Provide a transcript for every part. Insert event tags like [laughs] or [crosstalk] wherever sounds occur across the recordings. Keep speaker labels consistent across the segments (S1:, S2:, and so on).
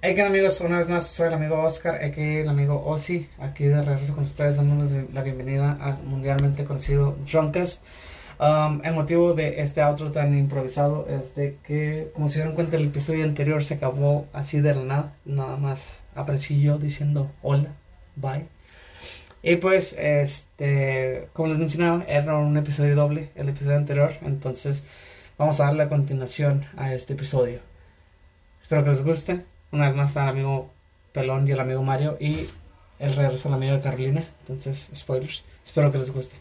S1: Hey, ¿qué tal, amigos? Una vez más, soy el amigo Oscar, aquí el amigo Ozzy, aquí de regreso con ustedes, dándoles la bienvenida al mundialmente conocido Drunkest. Um, el motivo de este outro tan improvisado es de que, como se dieron cuenta, el episodio anterior se acabó así de la nada, nada más aparecí yo diciendo hola, bye. Y pues, este, como les mencionaba, era un episodio doble, el episodio anterior, entonces vamos a darle a continuación a este episodio. Espero que les guste. Una vez más está el amigo Pelón y el amigo Mario y el regreso al amigo de Carolina. Entonces, spoilers. Espero que les guste.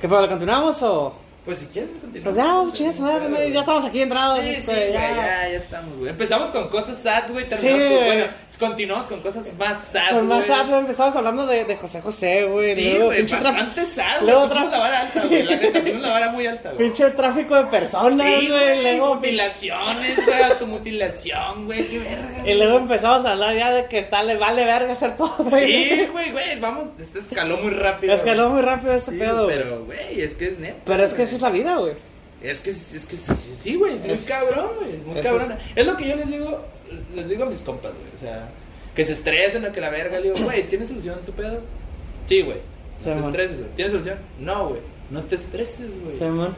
S1: ¿Qué pasa? ¿Continuamos o...?
S2: Pues si quieres, continuamos.
S1: Pues ya, vamos, chingas, madre, madre, ya estamos aquí entrados.
S2: Sí, sí,
S1: este,
S2: güey, ya.
S1: ya.
S2: ya, estamos, güey. Empezamos con cosas sad, güey. Terminamos
S1: Sí,
S2: con,
S1: güey.
S2: bueno, continuamos con cosas más sad,
S1: Con más
S2: güey.
S1: habla, empezamos hablando de, de José José, güey.
S2: Sí,
S1: luego
S2: güey,
S1: pinche, tra-
S2: bastante sad, güey.
S1: luego
S2: Pusimos
S1: otra-
S2: la vara alta, güey.
S1: [laughs]
S2: La neta, pusimos la vara muy alta, güey.
S1: pinche tráfico de personas,
S2: Sí,
S1: güey.
S2: güey,
S1: luego-
S2: mutilaciones, güey, automutilación, güey, qué verga.
S1: y luego empezamos a hablar ya de que está, le vale verga ser pobre. [laughs]
S2: Sí, güey, güey, vamos, este escaló muy rápido.
S1: Escaló muy rápido este
S2: Sí,
S1: pedo, güey. Pero,
S2: Pero, güey, es que es neta.
S1: es que
S2: güey.
S1: esa es la vida, güey.
S2: Es que, es que sí, sí, güey, es muy
S1: Es-
S2: cabrón, güey, es muy
S1: es-
S2: cabrón. Es... lo que yo les digo, les digo a mis compas, güey, o sea, que se estresen o que la verga, le digo, güey, ¿tienes solución a tu pedo? Sí, güey, no
S1: Sí,
S2: te
S1: mon.
S2: estreses, güey, ¿tienes solución? No, güey, no te estreses, güey.
S1: Simón.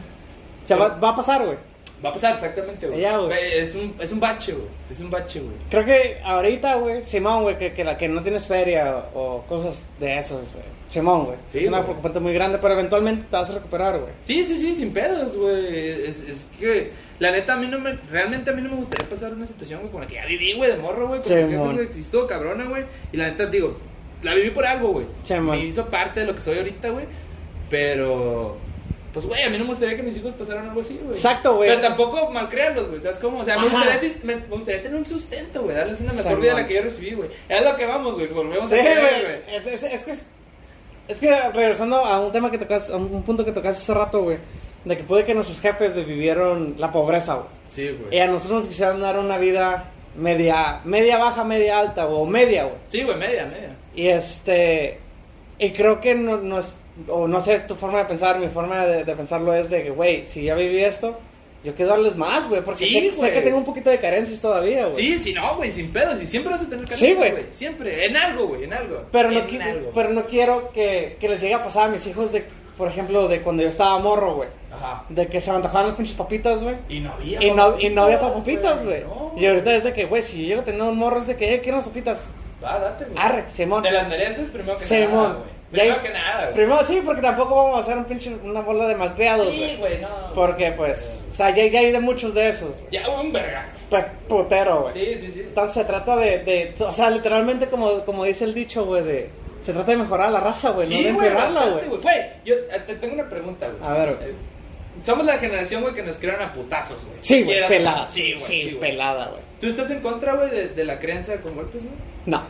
S1: O sea, va, va a pasar, güey.
S2: Va a pasar exactamente, güey.
S1: Ya, güey.
S2: Güey, Es un, es un bache, güey, es un bache, güey.
S1: Creo que ahorita, güey, Simón, güey, que, que, la, que no tienes feria o, o cosas de esas, güey. Simón, güey.
S2: Sí,
S1: es una
S2: güey.
S1: preocupante muy grande, pero eventualmente te vas a recuperar, güey.
S2: Sí, sí, sí, sin pedos, güey. Es, es que, la neta, a mí no me. Realmente a mí no me gustaría pasar una situación, güey, como la que ya viví, güey, de morro, güey. Con mis jefes,
S1: Simón.
S2: güey, existió, cabrona, güey. Y la neta, digo, la viví por algo, güey.
S1: Simón.
S2: Me hizo parte de lo que soy ahorita, güey. Pero. Pues, güey, a mí no me gustaría que mis hijos pasaran algo así, güey.
S1: Exacto, güey.
S2: Pero tampoco malcrearlos, güey. ¿Sabes cómo? O sea, me
S1: Ajá.
S2: gustaría, sí- me, me gustaría tener un sustento, güey. Darles una mejor
S1: Simón.
S2: vida de la que yo recibí, güey. Es lo que vamos, güey. Volvemos
S1: Sí,
S2: a creer,
S1: güey. Es, es, es que es, es que regresando a un tema que tocas, a un un punto que tocaste hace rato, güey, de que puede que nuestros jefes güey, vivieron la pobreza, güey.
S2: Sí, güey.
S1: Y a nosotros nos quisieran dar una vida media, media baja, media alta, güey, o media, güey.
S2: Sí, güey, media, media.
S1: Y este. Y creo que no, no es- O no sé, tu forma de pensar, mi forma de, de pensarlo es de que, güey, si ya viví esto, yo quiero darles más, güey. Porque
S2: Sí,
S1: sé, sé
S2: güey.
S1: que tengo un poquito de carencias todavía, güey.
S2: Sí, sí, no, güey, sin pedos, y siempre vas a tener
S1: Sí,
S2: carencia,
S1: güey.
S2: güey. Siempre, en algo, güey, en algo.
S1: Pero no,
S2: En
S1: qui-
S2: algo.
S1: pero no quiero que, que les llegue a pasar a mis hijos de, por ejemplo, de cuando yo estaba morro, güey.
S2: Ajá.
S1: De que se me antojaban las pinches papitas, güey.
S2: Y no había
S1: Y no, y
S2: papitas,
S1: no había papitas, güey.
S2: no,
S1: y ahorita es de que, güey, si yo llego a tener un morro es de que, eh, quiero unas papitas.
S2: Va, date, güey.
S1: Arre, Simón.
S2: Te las mereces primero que nada,
S1: Simón.
S2: güey.
S1: Ya
S2: Primero
S1: hay-
S2: que nada, güey.
S1: Primero sí, porque tampoco vamos a hacer un pinche, una bola de malcriados, güey.
S2: Sí, güey, no.
S1: Porque, pues, o sea, ya, ya hay de muchos de esos, güey.
S2: Ya hubo un verga.
S1: Pe- Putero, güey.
S2: Sí, sí, sí.
S1: Entonces se trata de, de- o sea, literalmente como, como dice el dicho, güey, de, se trata de mejorar a la raza, güey, no
S2: Sí,
S1: de
S2: güey,
S1: empeorarla,
S2: bastante,
S1: güey.
S2: güey. Güey, yo eh, te tengo una pregunta, güey.
S1: A ver, güey.
S2: Eh, Somos la generación, güey, que nos crearon a putazos, güey.
S1: Sí, güey,
S2: Quieras-
S1: pelada.
S2: Sí, güey.
S1: sí,
S2: sí, güey.
S1: pelada, güey.
S2: ¿Tú estás en contra, güey, de, de la crianza con golpes, güey?
S1: No,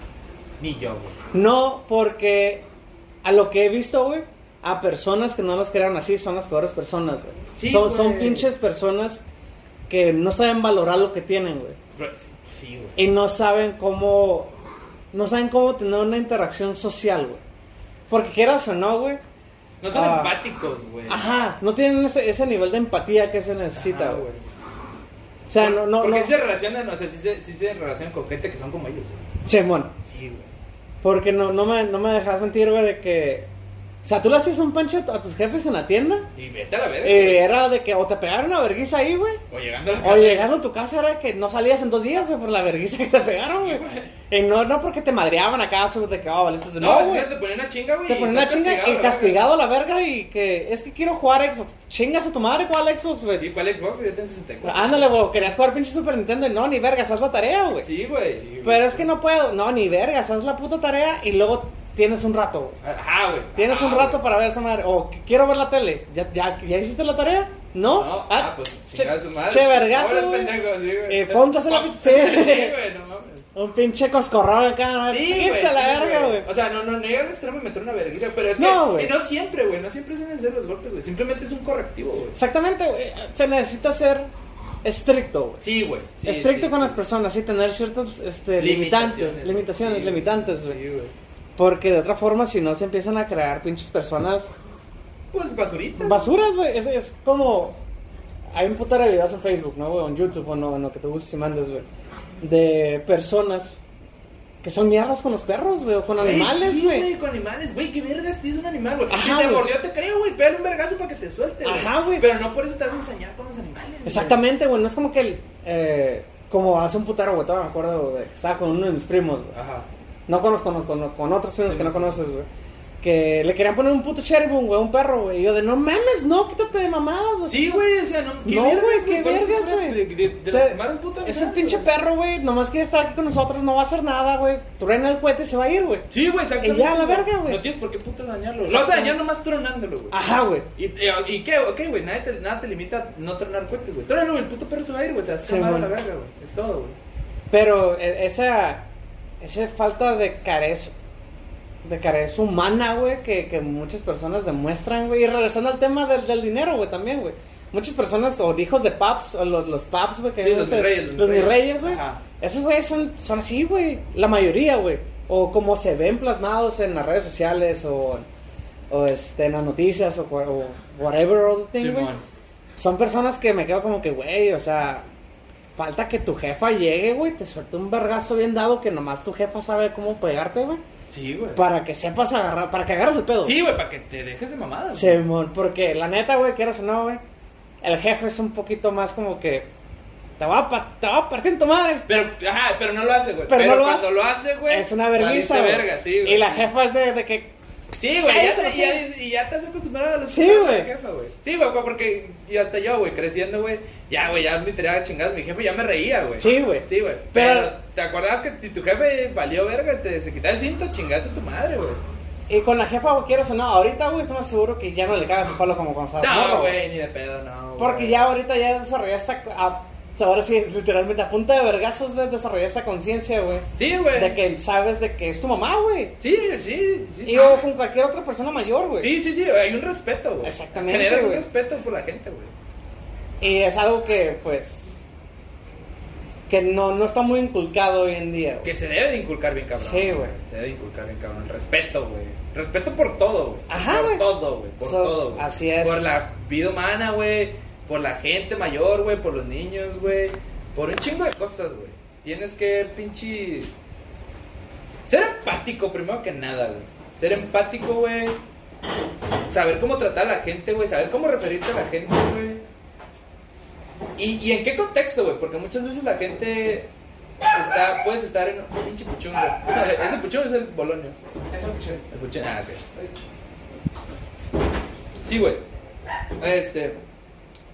S2: Ni yo, güey.
S1: no porque a lo que he visto, güey, a personas que no los crearon así son las peores personas, güey.
S2: Sí,
S1: son, son
S2: güey.
S1: pinches personas que no saben valorar lo que tienen, güey.
S2: Pero- Sí, güey.
S1: y no saben cómo no saben cómo tener una interacción social, güey. Porque quieras o no, güey.
S2: No son
S1: Ah.
S2: empáticos, güey.
S1: Ajá, no tienen ese, ese nivel de empatía que se necesita,
S2: Ajá,
S1: güey. O sea, no, no,
S2: Porque
S1: no.
S2: sí se relacionan, o sea, sí se, sí se relacionan con gente que son como ellos. güey.
S1: Simón,
S2: Sí, güey.
S1: porque no, no, me, no me dejas mentir, güey, de que. O sea, tú le hacías un pancho a tus jefes en la tienda.
S2: Y vete a la verga.
S1: eh,
S2: güey.
S1: era de que o te pegaron una verguiza ahí, güey.
S2: O llegando a la
S1: O
S2: casa.
S1: llegando a tu casa era que no salías en dos días, güey, por la verguiza que te pegaron, güey. Y no, no porque te madreaban acaso, de que, oh, valiste de
S2: No, es
S1: güey.
S2: que te ponen una chinga, güey.
S1: Te
S2: y
S1: ponen una
S2: estás
S1: chinga
S2: castigado,
S1: y
S2: la
S1: castigado a la verga y que es que quiero jugar a Xbox. Chingas a tu madre, ¿cuál Xbox, güey?
S2: verga. Sí, ¿cuál es Xbox? Yo tengo 64.
S1: Ándale, güey, querías jugar pinche Super Nintendo y no, ni vergas, haz la tarea, güey.
S2: Sí, güey.
S1: Pero es que no puedo, no, ni vergas, haz la puta tarea y luego tienes un rato, güey.
S2: Ajá, güey.
S1: Tienes
S2: Ajá,
S1: un rato
S2: güey.
S1: para ver esa madre. O que quiero ver la tele. ¿Ya, ya, ya hiciste la tarea? ¿No?
S2: No, ah, pues chingada su madre.
S1: Che, vergazo,
S2: Ahora es
S1: güey.
S2: pendejo, sí, güey.
S1: Eh, ponte a hacer la
S2: Pa-
S1: pinche-
S2: [laughs] Sí,
S1: sí.
S2: güey, no mames.
S1: Un pinche coscorrón acá.
S2: Sí, güey.
S1: Esa la
S2: sí,
S1: verga, güey.
S2: O sea, no, no, negar el extremo y meter una vergüenza. Pero es
S1: No,
S2: que.
S1: güey.
S2: Y no siempre, güey. No siempre se necesitan los golpes, güey. Simplemente es un correctivo, güey.
S1: Exactamente, güey. Se necesita ser estricto, güey.
S2: Sí, güey. sí,
S1: estricto
S2: sí,
S1: con
S2: sí.
S1: las personas y tener ciertas este, limitantes, limitaciones,
S2: Sí,
S1: limitantes, güey.
S2: sí, güey.
S1: Porque de otra forma, si no, se empiezan a crear pinches personas
S2: Pues basurita.
S1: basuras, güey. Es, es como. Hay un putero de videos en Facebook, ¿no, güey? En YouTube o no, en lo que te gustes y mandes, güey. de personas que son mierdas con los perros, güey, o con
S2: Güey,
S1: animales,
S2: sí,
S1: güey.
S2: Con animales, güey, qué vergas te hizo un animal, güey.
S1: Ajá,
S2: Si te
S1: güey.
S2: mordió, te creo, güey. Pégale un vergazo para que te suelte.
S1: Ajá, güey.
S2: Pero no por eso te vas a ensañar con los animales. güey.
S1: Exactamente, güey, no es como que, el, eh, como hace un putero, güey, todavía me acuerdo, güey, que estaba con uno de mis primos, güey.
S2: Ajá.
S1: No conozco, conozco, no- con otros primos
S2: Sí,
S1: que no
S2: sí.
S1: conoces, güey. Que le querían poner un puto cherubim, güey, a un perro, güey. Y yo de, no mames, no, quítate de mamadas, güey.
S2: Sí, güey, o sea, no.
S1: No, güey, qué
S2: ¿Cuál es el
S1: vergas,
S2: problema
S1: güey.
S2: De, de, de
S1: O sea,
S2: tomar un puto
S1: Ese
S2: animal,
S1: pinche
S2: güey?
S1: perro, güey, nomás quiere estar aquí con nosotros, no va a hacer nada, güey. Truena el cohete y se va a ir, güey.
S2: Sí, güey, exactamente.
S1: Y ya, la verga, güey. Ah.
S2: No tienes por qué putas dañarlo. Lo vas a dañar nomás tronándolo, güey.
S1: Ajá, güey.
S2: ¿Y, y, y qué? Ok, güey, nada te, nada te limita a no tronar cohetes, güey. Trónalo, güey, el puto perro se va a ir, güey. Se va a
S1: Sí,
S2: escapar a la
S1: güey.
S2: verga, güey. Es todo, güey.
S1: Pero eh, esa, esa falta de carez, de carez humana, güey, que, que muchas personas demuestran, güey. Y regresando al tema del, del dinero, güey, también, güey. Muchas personas, o hijos de paps, o los, los paps, güey, que
S2: Sí,
S1: no
S2: los
S1: sé,
S2: mis reyes,
S1: los mis reyes, güey.
S2: Ajá.
S1: Esos güeyes son, son así, güey. La mayoría, güey. O como se ven plasmados en las redes sociales o, o este, en las noticias o, cua- o whatever other thing, güey.
S2: Simón.
S1: Son personas que me quedo como que, güey, o sea, falta que tu jefa llegue, güey, te suelte un vergazo bien dado que nomás tu jefa sabe cómo pegarte, güey.
S2: Sí, güey.
S1: Para que sepas agarrar, para que agarres el pedo.
S2: Sí, güey, para que te dejes de mamadas. güey.
S1: Simón, porque la neta, güey, quieras o no, güey, el jefe es un poquito más como que te va a, pa- te va a partir tu madre.
S2: Pero, ajá, pero no lo hace, güey.
S1: Pero
S2: Pero,
S1: no lo
S2: cuando
S1: hace.
S2: lo hace, güey.
S1: Es una vergüenza.
S2: valiste
S1: güey.
S2: verga, sí, güey.
S1: Y la jefa es de, de que.
S2: Sí, güey, ya,
S1: Cállate,
S2: te-
S1: sí.
S2: ya, y ya te has acostumbrado a los
S1: Sí,
S2: chingados de
S1: güey.
S2: la jefa, güey. Sí, güey, güey, porque y hasta yo, güey, creciendo, güey, ya, güey, ya me tiraba chingados mi jefe, ya me reía, güey.
S1: Sí, güey.
S2: Sí, güey.
S1: Pero-
S2: Pero, ¿te acordabas que si tu jefe valió verga, te se quitaba el cinto, chingaste a tu madre, güey?
S1: Y con la jefa, güey, quieres o no. Ahorita, güey, estoy más seguro que ya no le cagas el palo como cuando estabas morro,
S2: No, güey, ni de pedo, no. güey.
S1: Porque ya ahorita ya desarrollaste. A, ahora sí, literalmente a punta de vergazos, güey, desarrollaste conciencia, güey.
S2: Sí, güey.
S1: De que sabes de que es tu mamá, güey.
S2: Sí, sí, sí.
S1: Y
S2: sí.
S1: o con cualquier otra persona mayor, güey.
S2: Sí, sí, sí, hay un respeto, güey.
S1: Exactamente,
S2: Generas un
S1: güey.
S2: respeto por la gente, güey.
S1: Y es algo que, pues. Que no, no está muy inculcado hoy en día, güey.
S2: Que se debe de inculcar bien cabrón.
S1: Sí, güey.
S2: Se debe de inculcar bien cabrón. Respeto, güey. Respeto por todo, güey.
S1: Ajá,
S2: Por
S1: güey.
S2: todo, güey. Por
S1: So,
S2: todo, güey.
S1: así es.
S2: Por la vida humana, güey. Por la gente mayor, güey. Por los niños, güey. Por un chingo de cosas, güey. Tienes que, pinche... Ser empático, primero que nada, güey. Ser empático, güey. Saber cómo tratar a la gente, güey. Saber cómo referirte a la gente, güey. ¿Y, y en qué contexto, güey? Porque muchas veces la gente está, puedes estar en un pinche puchungo. [laughs] ¿Ese puchungo es el bolonio? El puchungo, ah, ok. Sí, güey. Este.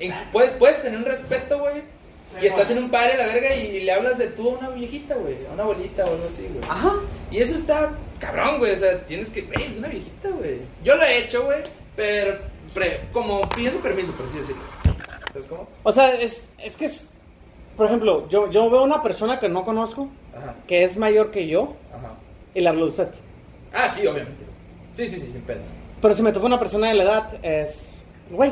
S2: en- puedes, puedes tener un respeto, güey. Y estás en un padre a la verga y, y le hablas de tú a una viejita, güey. A una abuelita o algo así, güey.
S1: Ajá.
S2: Y eso está cabrón, güey. O sea, tienes que. Güey, es una viejita, güey. Yo lo he hecho, güey. Pero. pre- como pidiendo permiso, por así decirlo. ¿Sabes cómo?
S1: O sea, es, es que es. Por ejemplo, yo, yo veo una persona que no conozco,
S2: Ajá,
S1: que es mayor que yo,
S2: ajá.
S1: y le hablo de usted.
S2: Ah, sí, obviamente. Sí, sí, sí, sin pedo.
S1: Pero si me toca una persona de la edad, es. Güey,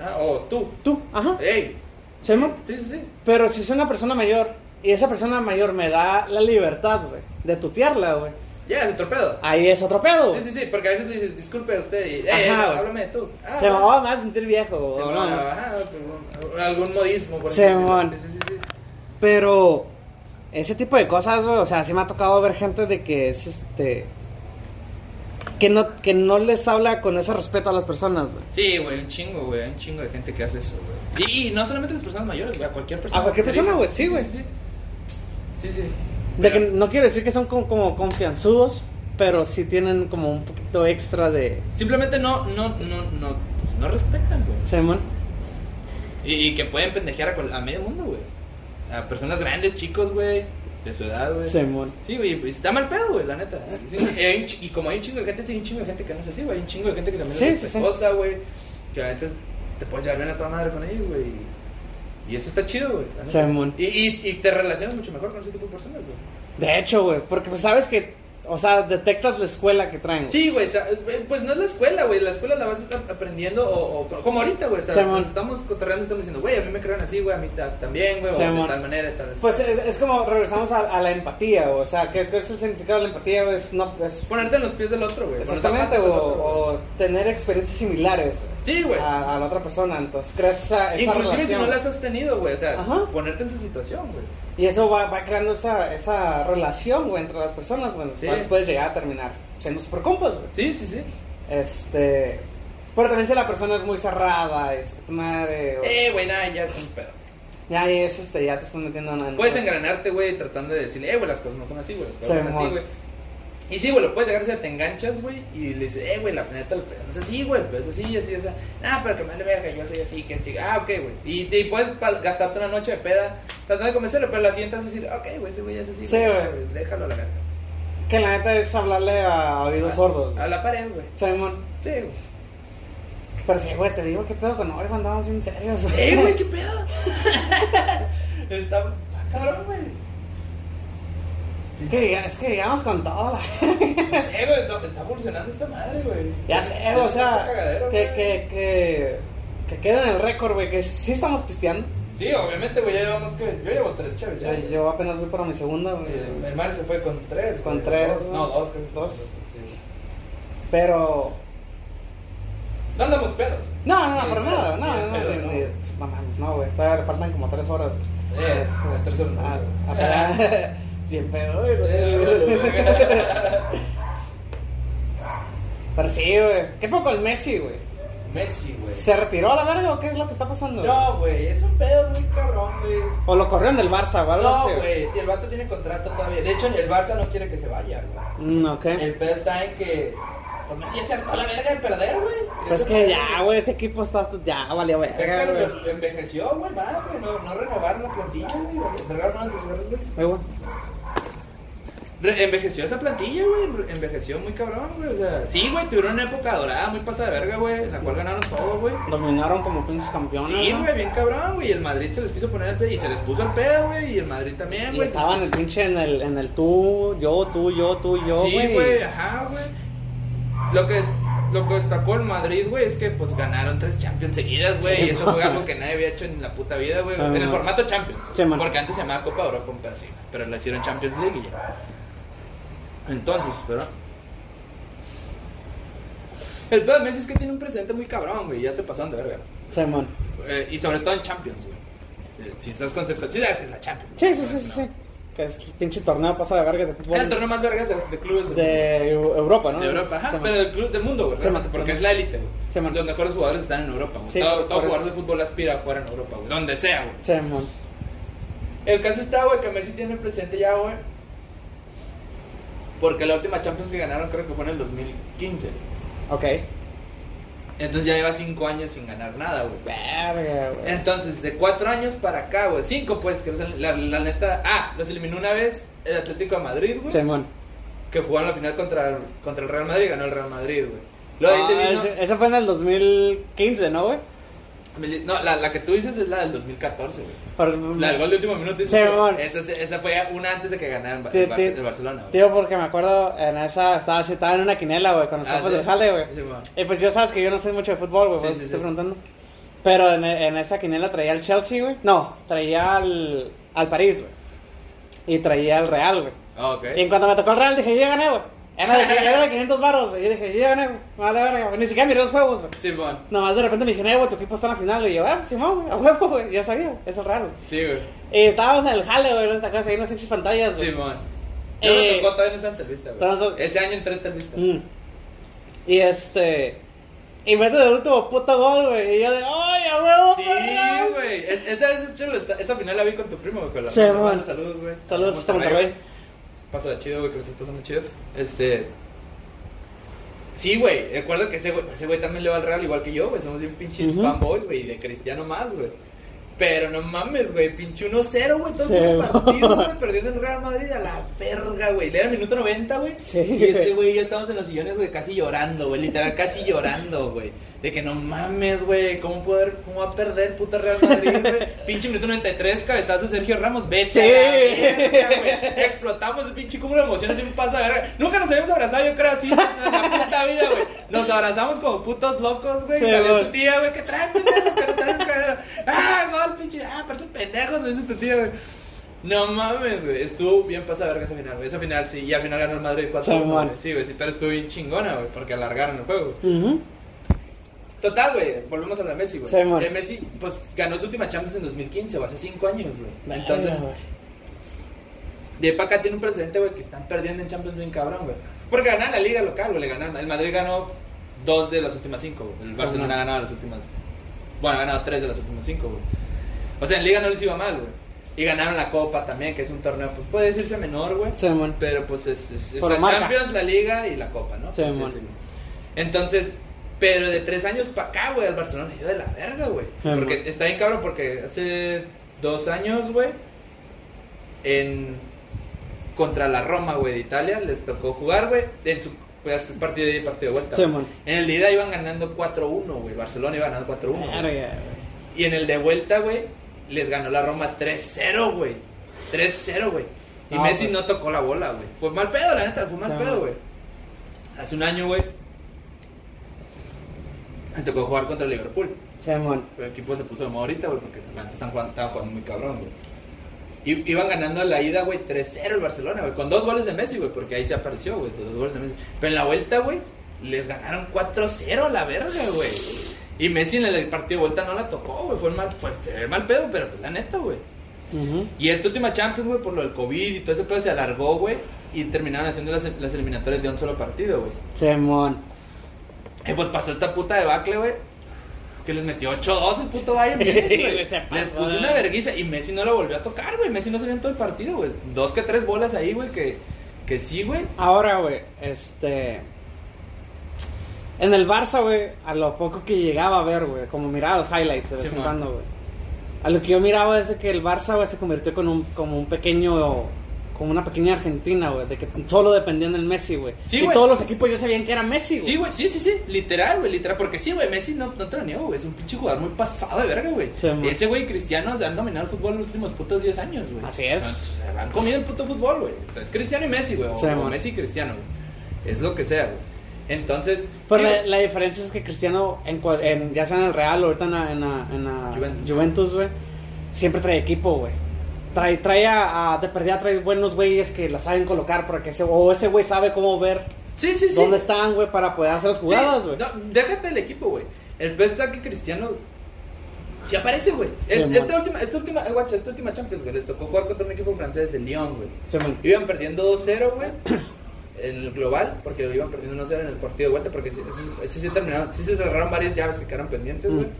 S2: Ah, o tú.
S1: tú, ajá.
S2: Ey.
S1: Simón.
S2: Sí, sí, sí.
S1: Pero si es una persona mayor, y esa persona mayor me da la libertad, güey, de tutearla, güey.
S2: Ya, es otro pedo.
S1: Ahí es otro pedo, güey.
S2: Sí, sí, sí, porque a veces le dices, disculpe a usted y,
S1: Ajá,
S2: eh, no,
S1: güey.
S2: háblame de tú. Ah,
S1: Se me
S2: bueno.
S1: va a sentir viejo, güey,
S2: Simón,
S1: no, no.
S2: ajá, algún- algún modismo, por así
S1: Simón.
S2: decirlo. Sí, sí, sí, sí.
S1: Pero ese tipo de cosas, güey, o sea, sí me ha tocado ver gente de que es este que no que no les habla con ese respeto a las personas, güey.
S2: Sí, güey, un chingo, güey. Hay un chingo de gente que hace eso, güey. Y, y no solamente a las personas mayores, güey, a cualquier persona.
S1: A cualquier
S2: que se
S1: persona,
S2: diga.
S1: güey, sí, güey.
S2: Sí, sí. sí. Sí, sí.
S1: De que
S2: Pero-
S1: no quiero decir que son como, como confianzudos, pero sí tienen como un poquito extra de
S2: Simplemente no, no, no, no, pues, no respetan, güey.
S1: Simón.
S2: Y, y que pueden pendejear a, cual- a medio mundo, güey. A personas grandes, chicos, güey. De su edad, güey.
S1: Simón.
S2: Sí, güey, pues, está mal pedo, güey, la neta. Sí, y, hay un chi- y como hay un chingo de gente, sí, hay un chingo de gente que no es así, güey. Hay un chingo de gente que también
S1: Sí,
S2: es
S1: sí, sí.
S2: respetuosa, güey. Que la neta es- te puedes llevar bien a toda madre con ellos, güey. Y eso está chido, güey. la neta.
S1: Simón.
S2: Y, y, y te relacionas mucho mejor con ese tipo de personas, güey.
S1: De hecho, güey, porque pues sabes que O sea, detectas la escuela que traen. güey.
S2: Sí, güey, o sea, eh, pues no es la escuela, güey, la escuela la vas a- aprendiendo o, o co- como ahorita, güey, o sea,
S1: Simón.
S2: nos estamos cotorreando, estamos diciendo, güey, a mí me crearon así, güey, a mí ta- también, güey, o de
S1: Simón.
S2: tal manera, de tal
S1: Pues es, es como regresamos a, a la empatía, güey. o sea, ¿qué, qué es el significado de la empatía? güey? Es, no, es
S2: ponerte en los pies del otro, güey. con los
S1: exactamente,
S2: zapatos
S1: o,
S2: del otro, güey.
S1: o tener experiencias similares güey,
S2: Sí, güey.
S1: a, a la otra persona. Entonces creas esa, esa
S2: Inclusive si
S1: relación.
S2: no las has tenido, güey, o sea,
S1: Ajá.
S2: ponerte en su situación, güey.
S1: Y eso va, va creando esa, esa relación, güey, entre las personas, güey.
S2: Sí.
S1: Sí. puedes llegar a terminar siendo super compas, güey.
S2: Sí, sí, sí.
S1: Este. Pero también si la persona es muy cerrada, es que tu madre. o-
S2: Eh, güey, nada, ya es un pedo.
S1: Ya es este, ya te están metiendo en.
S2: Puedes engranarte, güey, tratando de decirle, eh, güey, las cosas no son así, güey, las cosas son así,
S1: Simón.
S2: güey. Y sí, güey, lo puedes llegar, o sea, te enganchas, güey, y le dices, eh, güey, la planeta el pedo no es así, güey, el pedo es así, así, así. Ah, pero que me vale verga, yo soy así, que chica. Ah, ok, güey. Y, y puedes pa- gastarte una noche de peda tratando de convencerlo, pero la sientas a decir, ok, güey, ese güey es así,
S1: Sí,
S2: ah,
S1: güey.
S2: Déjalo a la verga.
S1: Que la neta es hablarle a oídos
S2: A-
S1: sordos.
S2: A la pared, güey.
S1: Simón.
S2: Sí, güey.
S1: Pero sí, güey, te digo que pedo con hoy, andamos bien serios,
S2: Eh, güey, qué pedo. [laughs] Está está cabrón, güey.
S1: Es que, llega- es que llegamos con todo. la-
S2: No sé, güey, está, está evolucionando esta madre, güey.
S1: Ya sé,
S2: Está
S1: o sea,
S2: cagadero,
S1: que,
S2: güey.
S1: que, que, que quede en el récord, güey, que sí estamos pisteando.
S2: Sí, obviamente, güey, ya llevamos que. Yo llevo tres chaves ya.
S1: Yo,
S2: güey.
S1: yo apenas voy para mi segunda, güey.
S2: Eh, el Mario se fue con tres.
S1: Con
S2: güey.
S1: tres,
S2: Dos,
S1: güey.
S2: no, dos, creo que
S1: Dos.
S2: Sí, güey.
S1: Pero.
S2: No andamos pelos.
S1: No, no, no,
S2: Ni
S1: por
S2: de
S1: nada,
S2: pedo,
S1: no,
S2: ni
S1: no,
S2: de
S1: no,
S2: pedo,
S1: ni-
S2: ¿no?
S1: ni- no mames, no, güey, todavía le faltan como tres horas.
S2: Eh, a tres horas.
S1: Ah, ah, para- [laughs] Bien pedo, güey, [laughs] güey. Pero sí, güey, qué poco el Messi, güey.
S2: Messi, güey.
S1: ¿Se retiró a la verga o qué es lo que está pasando? güey?
S2: No, güey, es un pedo muy cabrón, güey.
S1: O lo corrieron del Barça, o algo
S2: No,
S1: así,
S2: güey, y el vato tiene contrato todavía. De hecho, el Barça no quiere que se vaya, güey.
S1: Mm, ok.
S2: El pedo está en que. Pues Messi ya se hartó la verga de perder, güey.
S1: Pues
S2: Ese
S1: que
S2: pedo,
S1: ya, güey, ese equipo está. Ya, valió verga,
S2: Es que
S1: güey.
S2: lo- lo envejeció, güey, más, güey. No, no renovaron la plantilla, güey. Entregaron más de sus horas, güey.
S1: Ay, güey.
S2: Re- Envejeció esa plantilla, güey. Envejeció muy cabrón, güey. O sea, sí, güey, tuvieron una época dorada, muy pasada de verga, güey. En la cual ganaron todo, güey.
S1: Dominaron como pinches campeones.
S2: Sí,
S1: ¿no?
S2: güey, bien cabrón, güey. Y el Madrid se les quiso poner el pedo. Y se les puso el pedo, güey. Y el Madrid también,
S1: Y
S2: güey.
S1: estaban el pinche en el, en el tú, yo, tú, yo, tú, yo, güey.
S2: Sí, güey, ajá, güey. Lo que, lo que destacó el Madrid, güey, es que pues ganaron tres Champions seguidas, güey.
S1: Sí,
S2: y eso
S1: no. [laughs]
S2: fue algo que nadie había hecho en la puta vida, güey.
S1: Ah,
S2: en el
S1: no.
S2: formato Champions.
S1: Sí, man.
S2: porque antes se llamaba Copa Europa, un pedo así. Pero la hicieron Champions League y ya. Entonces, pero. El pedo de Messi es que tiene un presidente muy cabrón, güey. Ya se pasaron de verga.
S1: Simón.
S2: Eh, y sobre todo en Champions, güey. Eh, Si estás contextualizado, sí sabes que es la Champions.
S1: Sí, sí, sí, sí, sí. Que es el pinche torneo pasa de vergas de fútbol.
S2: Es el torneo más vergas de, de clubes del mundo.
S1: De Eu- Europa, ¿no?
S2: De Europa, ajá,
S1: Sí, man.
S2: pero del club del mundo, güey,
S1: Sí,
S2: realmente,
S1: man.
S2: porque es la élite, güey.
S1: Sí, man.
S2: Los mejores jugadores están en Europa, güey.
S1: Sí,
S2: todo
S1: por
S2: todo
S1: eso.
S2: jugador de fútbol aspira a jugar en Europa, güey. Donde sea, güey.
S1: Sí, man.
S2: El caso está, güey, que Messi tiene presente ya, güey. Porque la última Champions que ganaron creo que fue en el 2015.
S1: Ok.
S2: Entonces ya lleva 5 años sin ganar nada, güey.
S1: Verga, güey.
S2: Entonces, de 4 años para acá, güey. 5, pues, que no salen- la, la neta. Ah, los eliminó una vez el Atlético de Madrid, güey.
S1: Simón.
S2: Que jugaron la final contra el, contra el Real Madrid y ganó el Real Madrid, güey. Lo
S1: Ah,
S2: dice
S1: ese, ese fue en el 2015, ¿no, güey?
S2: Mili- No, la, la que tú dices es la del 2014, güey.
S1: Por-
S2: La del gol de último minuto. dices
S1: Sí,
S2: tú.
S1: mamón.
S2: esa, esa fue una antes de que ganara el, Ba-
S1: Sí,
S2: el Barce-
S1: sí.
S2: el Barcelona, güey. Ah,
S1: Tío, porque me acuerdo en esa, estaba, estaba en una quinela, güey, con los
S2: Ah,
S1: compas
S2: sí.
S1: del jale, güey.
S2: Sí, mamón.
S1: Eh, pues ya sabes que yo no soy mucho de fútbol, güey,
S2: Sí,
S1: por eso te
S2: sí, sí.
S1: estoy preguntando. Pero en, e, en esa quinela traía al Chelsea, güey. No, traía al, al París, güey. Y traía al Real, güey.
S2: Ah, ok.
S1: Y en cuanto me tocó el Real, dije, yo ya gané, güey. Era de, era de 500 baros, güey. Y dije, yo ya gané, güey. Vale, verga, güey. Ni siquiera miré los juegos, güey.
S2: Simón.
S1: Nomás de repente me dijeron, eh, güey, tu equipo está en la final. Y yo, ah, Simón, güey, a huevo, güey. Ya sabía, güey. Es el Real, güey.
S2: Sí, güey.
S1: Y estábamos en el jale, güey, en esta casa, ahí en las hinchas pantallas, güey.
S2: Simón. Yo me
S1: Eh,
S2: tocó todavía en esta entrevista, güey.
S1: entonces-
S2: Ese año entré en entrevista.
S1: Mm. Y este. Y meten el último puto gol, güey. Y yo de, ¡ay, a huevo,
S2: Sí,
S1: perras!
S2: güey. Es- Esa, esa, chulo, esta- esa final la vi con tu primo, güey. Con la
S1: Sí,
S2: te mando
S1: mamón.
S2: Saludos, güey.
S1: Saludos hasta Monterrey.
S2: Pásala chido, güey, que lo estás pasando chido. Este. Sí, güey, recuerdo que ese güey, ese güey también le va al Real igual que yo, güey. Somos bien pinches
S1: Ujú.
S2: fanboys, güey, y de Cristiano más, güey. Pero no mames, güey, pinche 1-0, güey, todo
S1: Sí,
S2: el
S1: güey.
S2: puto partido, güey, perdiendo el Real Madrid a la verga, güey. Le era el minuto 90, güey.
S1: Sí,
S2: Y este
S1: güey.
S2: güey ya estamos en los sillones, güey, casi llorando, güey, literal, casi llorando, güey. De que no mames, güey, ¿cómo, poder, ¿cómo va a perder puta Real Madrid, güey? Pinche minuto 93, cabezazo de Sergio Ramos, vete
S1: Sí.
S2: a la verga, güey. Explotamos el pinche cúmulo de emociones y un paso de verga. Nunca nos habíamos abrazado, yo creo, así, en la puta vida, güey. Nos abrazamos como putos locos, güey.
S1: Sí,
S2: y salió
S1: güey.
S2: tu tía, güey, que traen pendejos, que no traen cabrón. Ah, gol, pinche, ah, parecen pendejos, me dice tu tía, güey. No mames, güey, estuvo bien pasa verga esa final, güey. Esa final, sí, y al final ganó el Madrid 4
S1: Simón.
S2: Sí, güey, sí, pero estuvo bien chingona, güey, porque alargaron el juego. Total, güey, volvemos a la Messi, güey.
S1: Simón.
S2: Eh, Messi, pues, ganó su última Champions en 2015, o hace 5 años, güey. Entonces, de pa' acá tiene un precedente, güey, que están perdiendo en Champions bien cabrón, güey. Porque ganan la liga local, güey, le ganaron. El Madrid ganó dos de las últimas cinco, güey. El
S1: Sí,
S2: Barcelona
S1: man.
S2: ha ganado las últimas... Bueno, ha ganado tres de las últimas cinco, güey. O sea, en liga no les iba mal, güey. Y ganaron la Copa también, que es un torneo, pues, puede decirse menor, güey.
S1: Simón.
S2: Pero pues es, es, es
S1: Por
S2: la
S1: marca.
S2: Champions, la Liga y la Copa, ¿no?
S1: Sí,
S2: Así
S1: mon.
S2: es, güey. Entonces, pero de tres años para acá, güey, al Barcelona le dio de la verga, güey.
S1: Sí,
S2: porque
S1: mon.
S2: está bien cabrón, porque hace dos años, güey, en contra la Roma, güey, de Italia, les tocó jugar, güey, en su pues es partido de ida y partido de vuelta.
S1: Sí,
S2: güey.
S1: mon.
S2: en el de ida iban ganando 4-1, güey. Barcelona iba ganando 4-1. güey.
S1: Verga,
S2: Y en el de vuelta, güey, les ganó la Roma 3-0, güey. 3-0, güey. Y
S1: No,
S2: Messi
S1: pues.
S2: no tocó la bola, güey. Fue mal pedo, la neta, fue mal
S1: Sí,
S2: pedo,
S1: güey.
S2: güey. Hace un año, güey, me tocó jugar contra el Liverpool.
S1: Simón.
S2: El equipo se puso de moda ahorita, güey, porque antes están jugando, estaban jugando muy cabrón, güey. Y iban ganando la ida, güey, 3-0 el Barcelona, güey, con dos goles de Messi, güey, porque ahí se apareció, güey, dos goles de Messi. Pero en la vuelta, güey, les ganaron 4-0 la verga, güey. Y Messi en el partido de vuelta no la tocó, güey, fue el mal, fue el mal pedo, pero pues, la neta, güey.
S1: Ujú.
S2: Y esta última Champions, güey, por lo del COVID y todo ese pedo se alargó, güey, y terminaron haciendo las, las eliminatorias de un solo partido, güey.
S1: Simón.
S2: Eh, pues pasó esta puta debacle, güey. Que les metió 8-2 el puto
S1: [laughs]
S2: Bayern. Múnich, güey.
S1: Se pasó,
S2: les puso
S1: güey.
S2: una verguiza y Messi no la volvió a tocar, güey. Messi no se vio en todo el partido, güey. Dos que tres bolas ahí, güey, que, que sí, güey.
S1: Ahora, güey, este. En el Barça, güey, a lo poco que llegaba a ver, güey, como miraba los highlights de vez
S2: Sí,
S1: en
S2: man.
S1: cuando, güey. A lo que yo miraba es de que el Barça, güey, se convirtió con un, como un pequeño. Como una pequeña Argentina, güey, de que solo dependían del Messi, güey.
S2: Sí,
S1: y
S2: güey.
S1: todos los equipos ya sabían que era Messi, güey.
S2: Sí, güey, sí, sí, sí. Literal, güey, literal. Porque sí, güey, Messi no, no te lo niego, güey. Es un pinche jugador muy pasado de verga, güey.
S1: Sí, man.
S2: Ese güey y Cristiano han dominado el fútbol en los últimos putos 10 años, güey.
S1: Así es.
S2: O sea, se han comido el puto fútbol, güey. O sea, es Cristiano y Messi, güey. O,
S1: Sí,
S2: o
S1: man.
S2: Messi y Cristiano, güey. Es lo que sea, güey. Entonces.
S1: Pero
S2: sí,
S1: Pues la,
S2: güey.
S1: la diferencia es que Cristiano, en, cual- en- ya sea en el Real o ahorita en la, en la- en la
S2: Juventus.
S1: Juventus, güey, siempre trae equipo, güey. Trae, trae a, a- de perdida, trae buenos güeyes que la saben colocar para que ese, o ese güey sabe cómo ver
S2: sí, sí, sí.
S1: dónde están, güey, para poder hacer las
S2: Sí,
S1: jugadas, güey.
S2: no, déjate el equipo, güey. El best que Cristiano. Si aparece, güey.
S1: Sí,
S2: Es-
S1: mon.
S2: esta última, esta última, eh, guacha, esta última Champions, güey. Les tocó jugar contra un equipo francés, el Lyon, güey.
S1: Sí, man.
S2: Iban perdiendo 2-0,
S1: [coughs]
S2: güey. En el global, porque iban perdiendo 1-0 en el partido de vuelta, porque sí, sí- sí se terminaron, sí se cerraron varias llaves que quedaron pendientes, güey.
S1: Mm.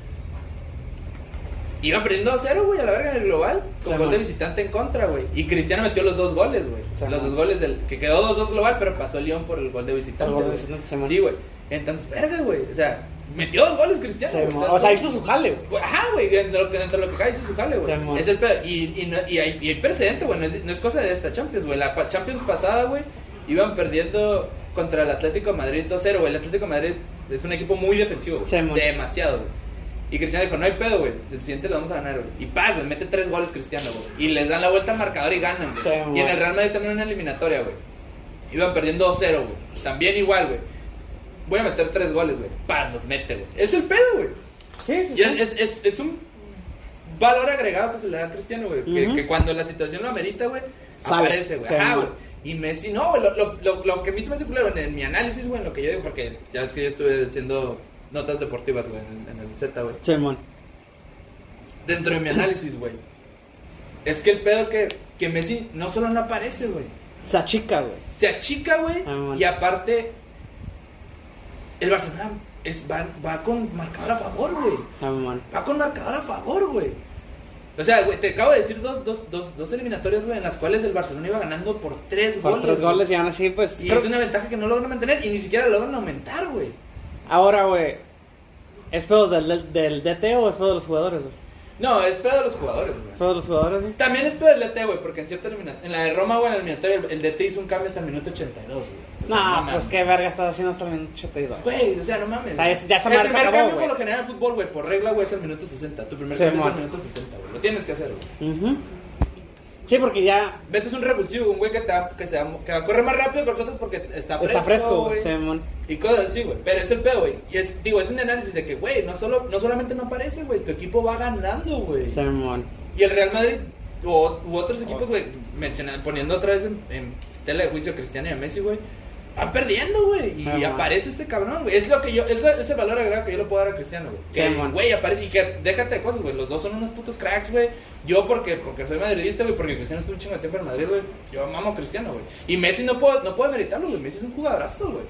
S2: Iban perdiendo 2-0, güey, a la verga en el global, con
S1: Sí,
S2: gol de
S1: mon.
S2: visitante en contra, güey. Y Cristiano metió los dos goles, güey.
S1: Sí,
S2: los
S1: mon.
S2: dos goles del. que quedó 2-2 global, pero pasó el Lyon por el gol de visitante.
S1: El gol de
S2: güey.
S1: visitante, sí, mon.
S2: Sí, güey. Entonces, verga, güey. O sea, metió dos goles Cristiano.
S1: Sí,
S2: güey.
S1: man. o sea,
S2: son-
S1: hizo su jale, güey.
S2: Güey, Ajá, güey, dentro de lo que, dentro de lo que cae hizo su jale, güey.
S1: Sí, amor.
S2: es el pedo. Y, y, no- y hay, y hay precedente, güey. No es, no es cosa de esta Champions, güey. La pa- Champions pasada, güey, iban perdiendo contra el Atlético de Madrid 2-0, güey. El Atlético de Madrid es un equipo muy defensivo, güey.
S1: Sí, amor.
S2: Demasiado, güey. Y Cristiano dijo, no hay pedo, güey. El siguiente lo vamos a ganar, güey. Y paz, güey, mete tres goles Cristiano, güey. Y les dan la vuelta al marcador y ganan, güey.
S1: Sí, amor.
S2: y en el Real Madrid también una eliminatoria, güey. Iban perdiendo 2-0, güey. También igual, güey. Voy a meter tres goles, güey. Paz, los mete, güey. Es el pedo, güey.
S1: Sí, sí, sí.
S2: Y es, es, es, es un valor agregado que se le da a Cristiano, güey. que-
S1: Ujú.
S2: que, cuando la situación lo amerita, güey,
S1: Sale,
S2: aparece, güey.
S1: se
S2: Ajá,
S1: anima.
S2: güey. Y Messi, no, güey. Lo, lo, lo, lo que a mí se me hace culero en, en mi análisis, güey, en lo que yo digo, porque ya es que yo estuve haciendo notas deportivas, güey, en, en el Z, güey.
S1: Sí, man.
S2: Dentro de mi análisis, güey. Es que el pedo que, que Messi no solo no aparece, güey.
S1: Se achica, güey.
S2: Se achica, güey.
S1: Ah, bueno.
S2: Y aparte, el Barcelona es, va, va con marcador a favor, güey.
S1: Ah, man.
S2: Va con marcador a favor, güey. O sea, güey, te acabo de decir dos, dos, dos, dos eliminatorias, güey, en las cuales el Barcelona iba ganando por tres
S1: Por
S2: goles.
S1: tres
S2: güey.
S1: goles y aún así, pues.
S2: Y
S1: creo-
S2: es una ventaja que no logran mantener y ni siquiera logran aumentar, güey.
S1: Ahora, güey, ¿es pedo del, del DT o es pedo de los jugadores, güey?
S2: No, es pedo de los jugadores, güey.
S1: Son los jugadores, güey.
S2: También es pedo del DT, güey, porque en cierta elimina- en la de Roma, güey, en el eliminatorio, el, el DT hizo un cambio hasta el minuto 82, güey. O sea,
S1: No,
S2: mames.
S1: pues qué verga estás haciendo hasta el minuto 82.
S2: Güey, o sea, no mames.
S1: O sea, es- ya esa
S2: el
S1: madre
S2: primer
S1: se acabó,
S2: cambio
S1: güey.
S2: por lo general en fútbol, güey, por regla, güey, es el minuto 60. Tu primer
S1: Sí,
S2: cambio es
S1: mon.
S2: el minuto 60, güey. Lo tienes que hacer, güey.
S1: Ujú. Sí, porque ya
S2: Metes un revulsivo, un güey que, te va- que, se va- que va a correr más rápido que nosotros porque está fresco.
S1: está fresco,
S2: güey.
S1: güey. Simón.
S2: Y cosas así, güey. Pero es el pedo, güey. Y es, digo, es un análisis de que, güey, no, solo, no solamente no aparece, güey. Tu equipo va ganando, güey.
S1: Simón.
S2: Y el Real Madrid u, u otros equipos, güey, menciona- poniendo otra vez en, en tela de juicio a Cristiano y a Messi, güey, van perdiendo, güey. Y, y
S1: Ajá.
S2: aparece este cabrón, güey. Es lo que yo, es, la- es el valor agregado que yo le puedo dar a Cristiano, güey. Que,
S1: Sí, mon.
S2: güey, aparece y que déjate de cosas, güey. Los dos son unos putos cracks, güey. Yo porque, porque soy madridista, güey, porque Cristiano estuvo un chingo de tiempo en Madrid, güey. Yo mamo a Cristiano, güey. Y Messi no puedo, no puedo meritarlo, güey. Messi es un jugadorazo, güey.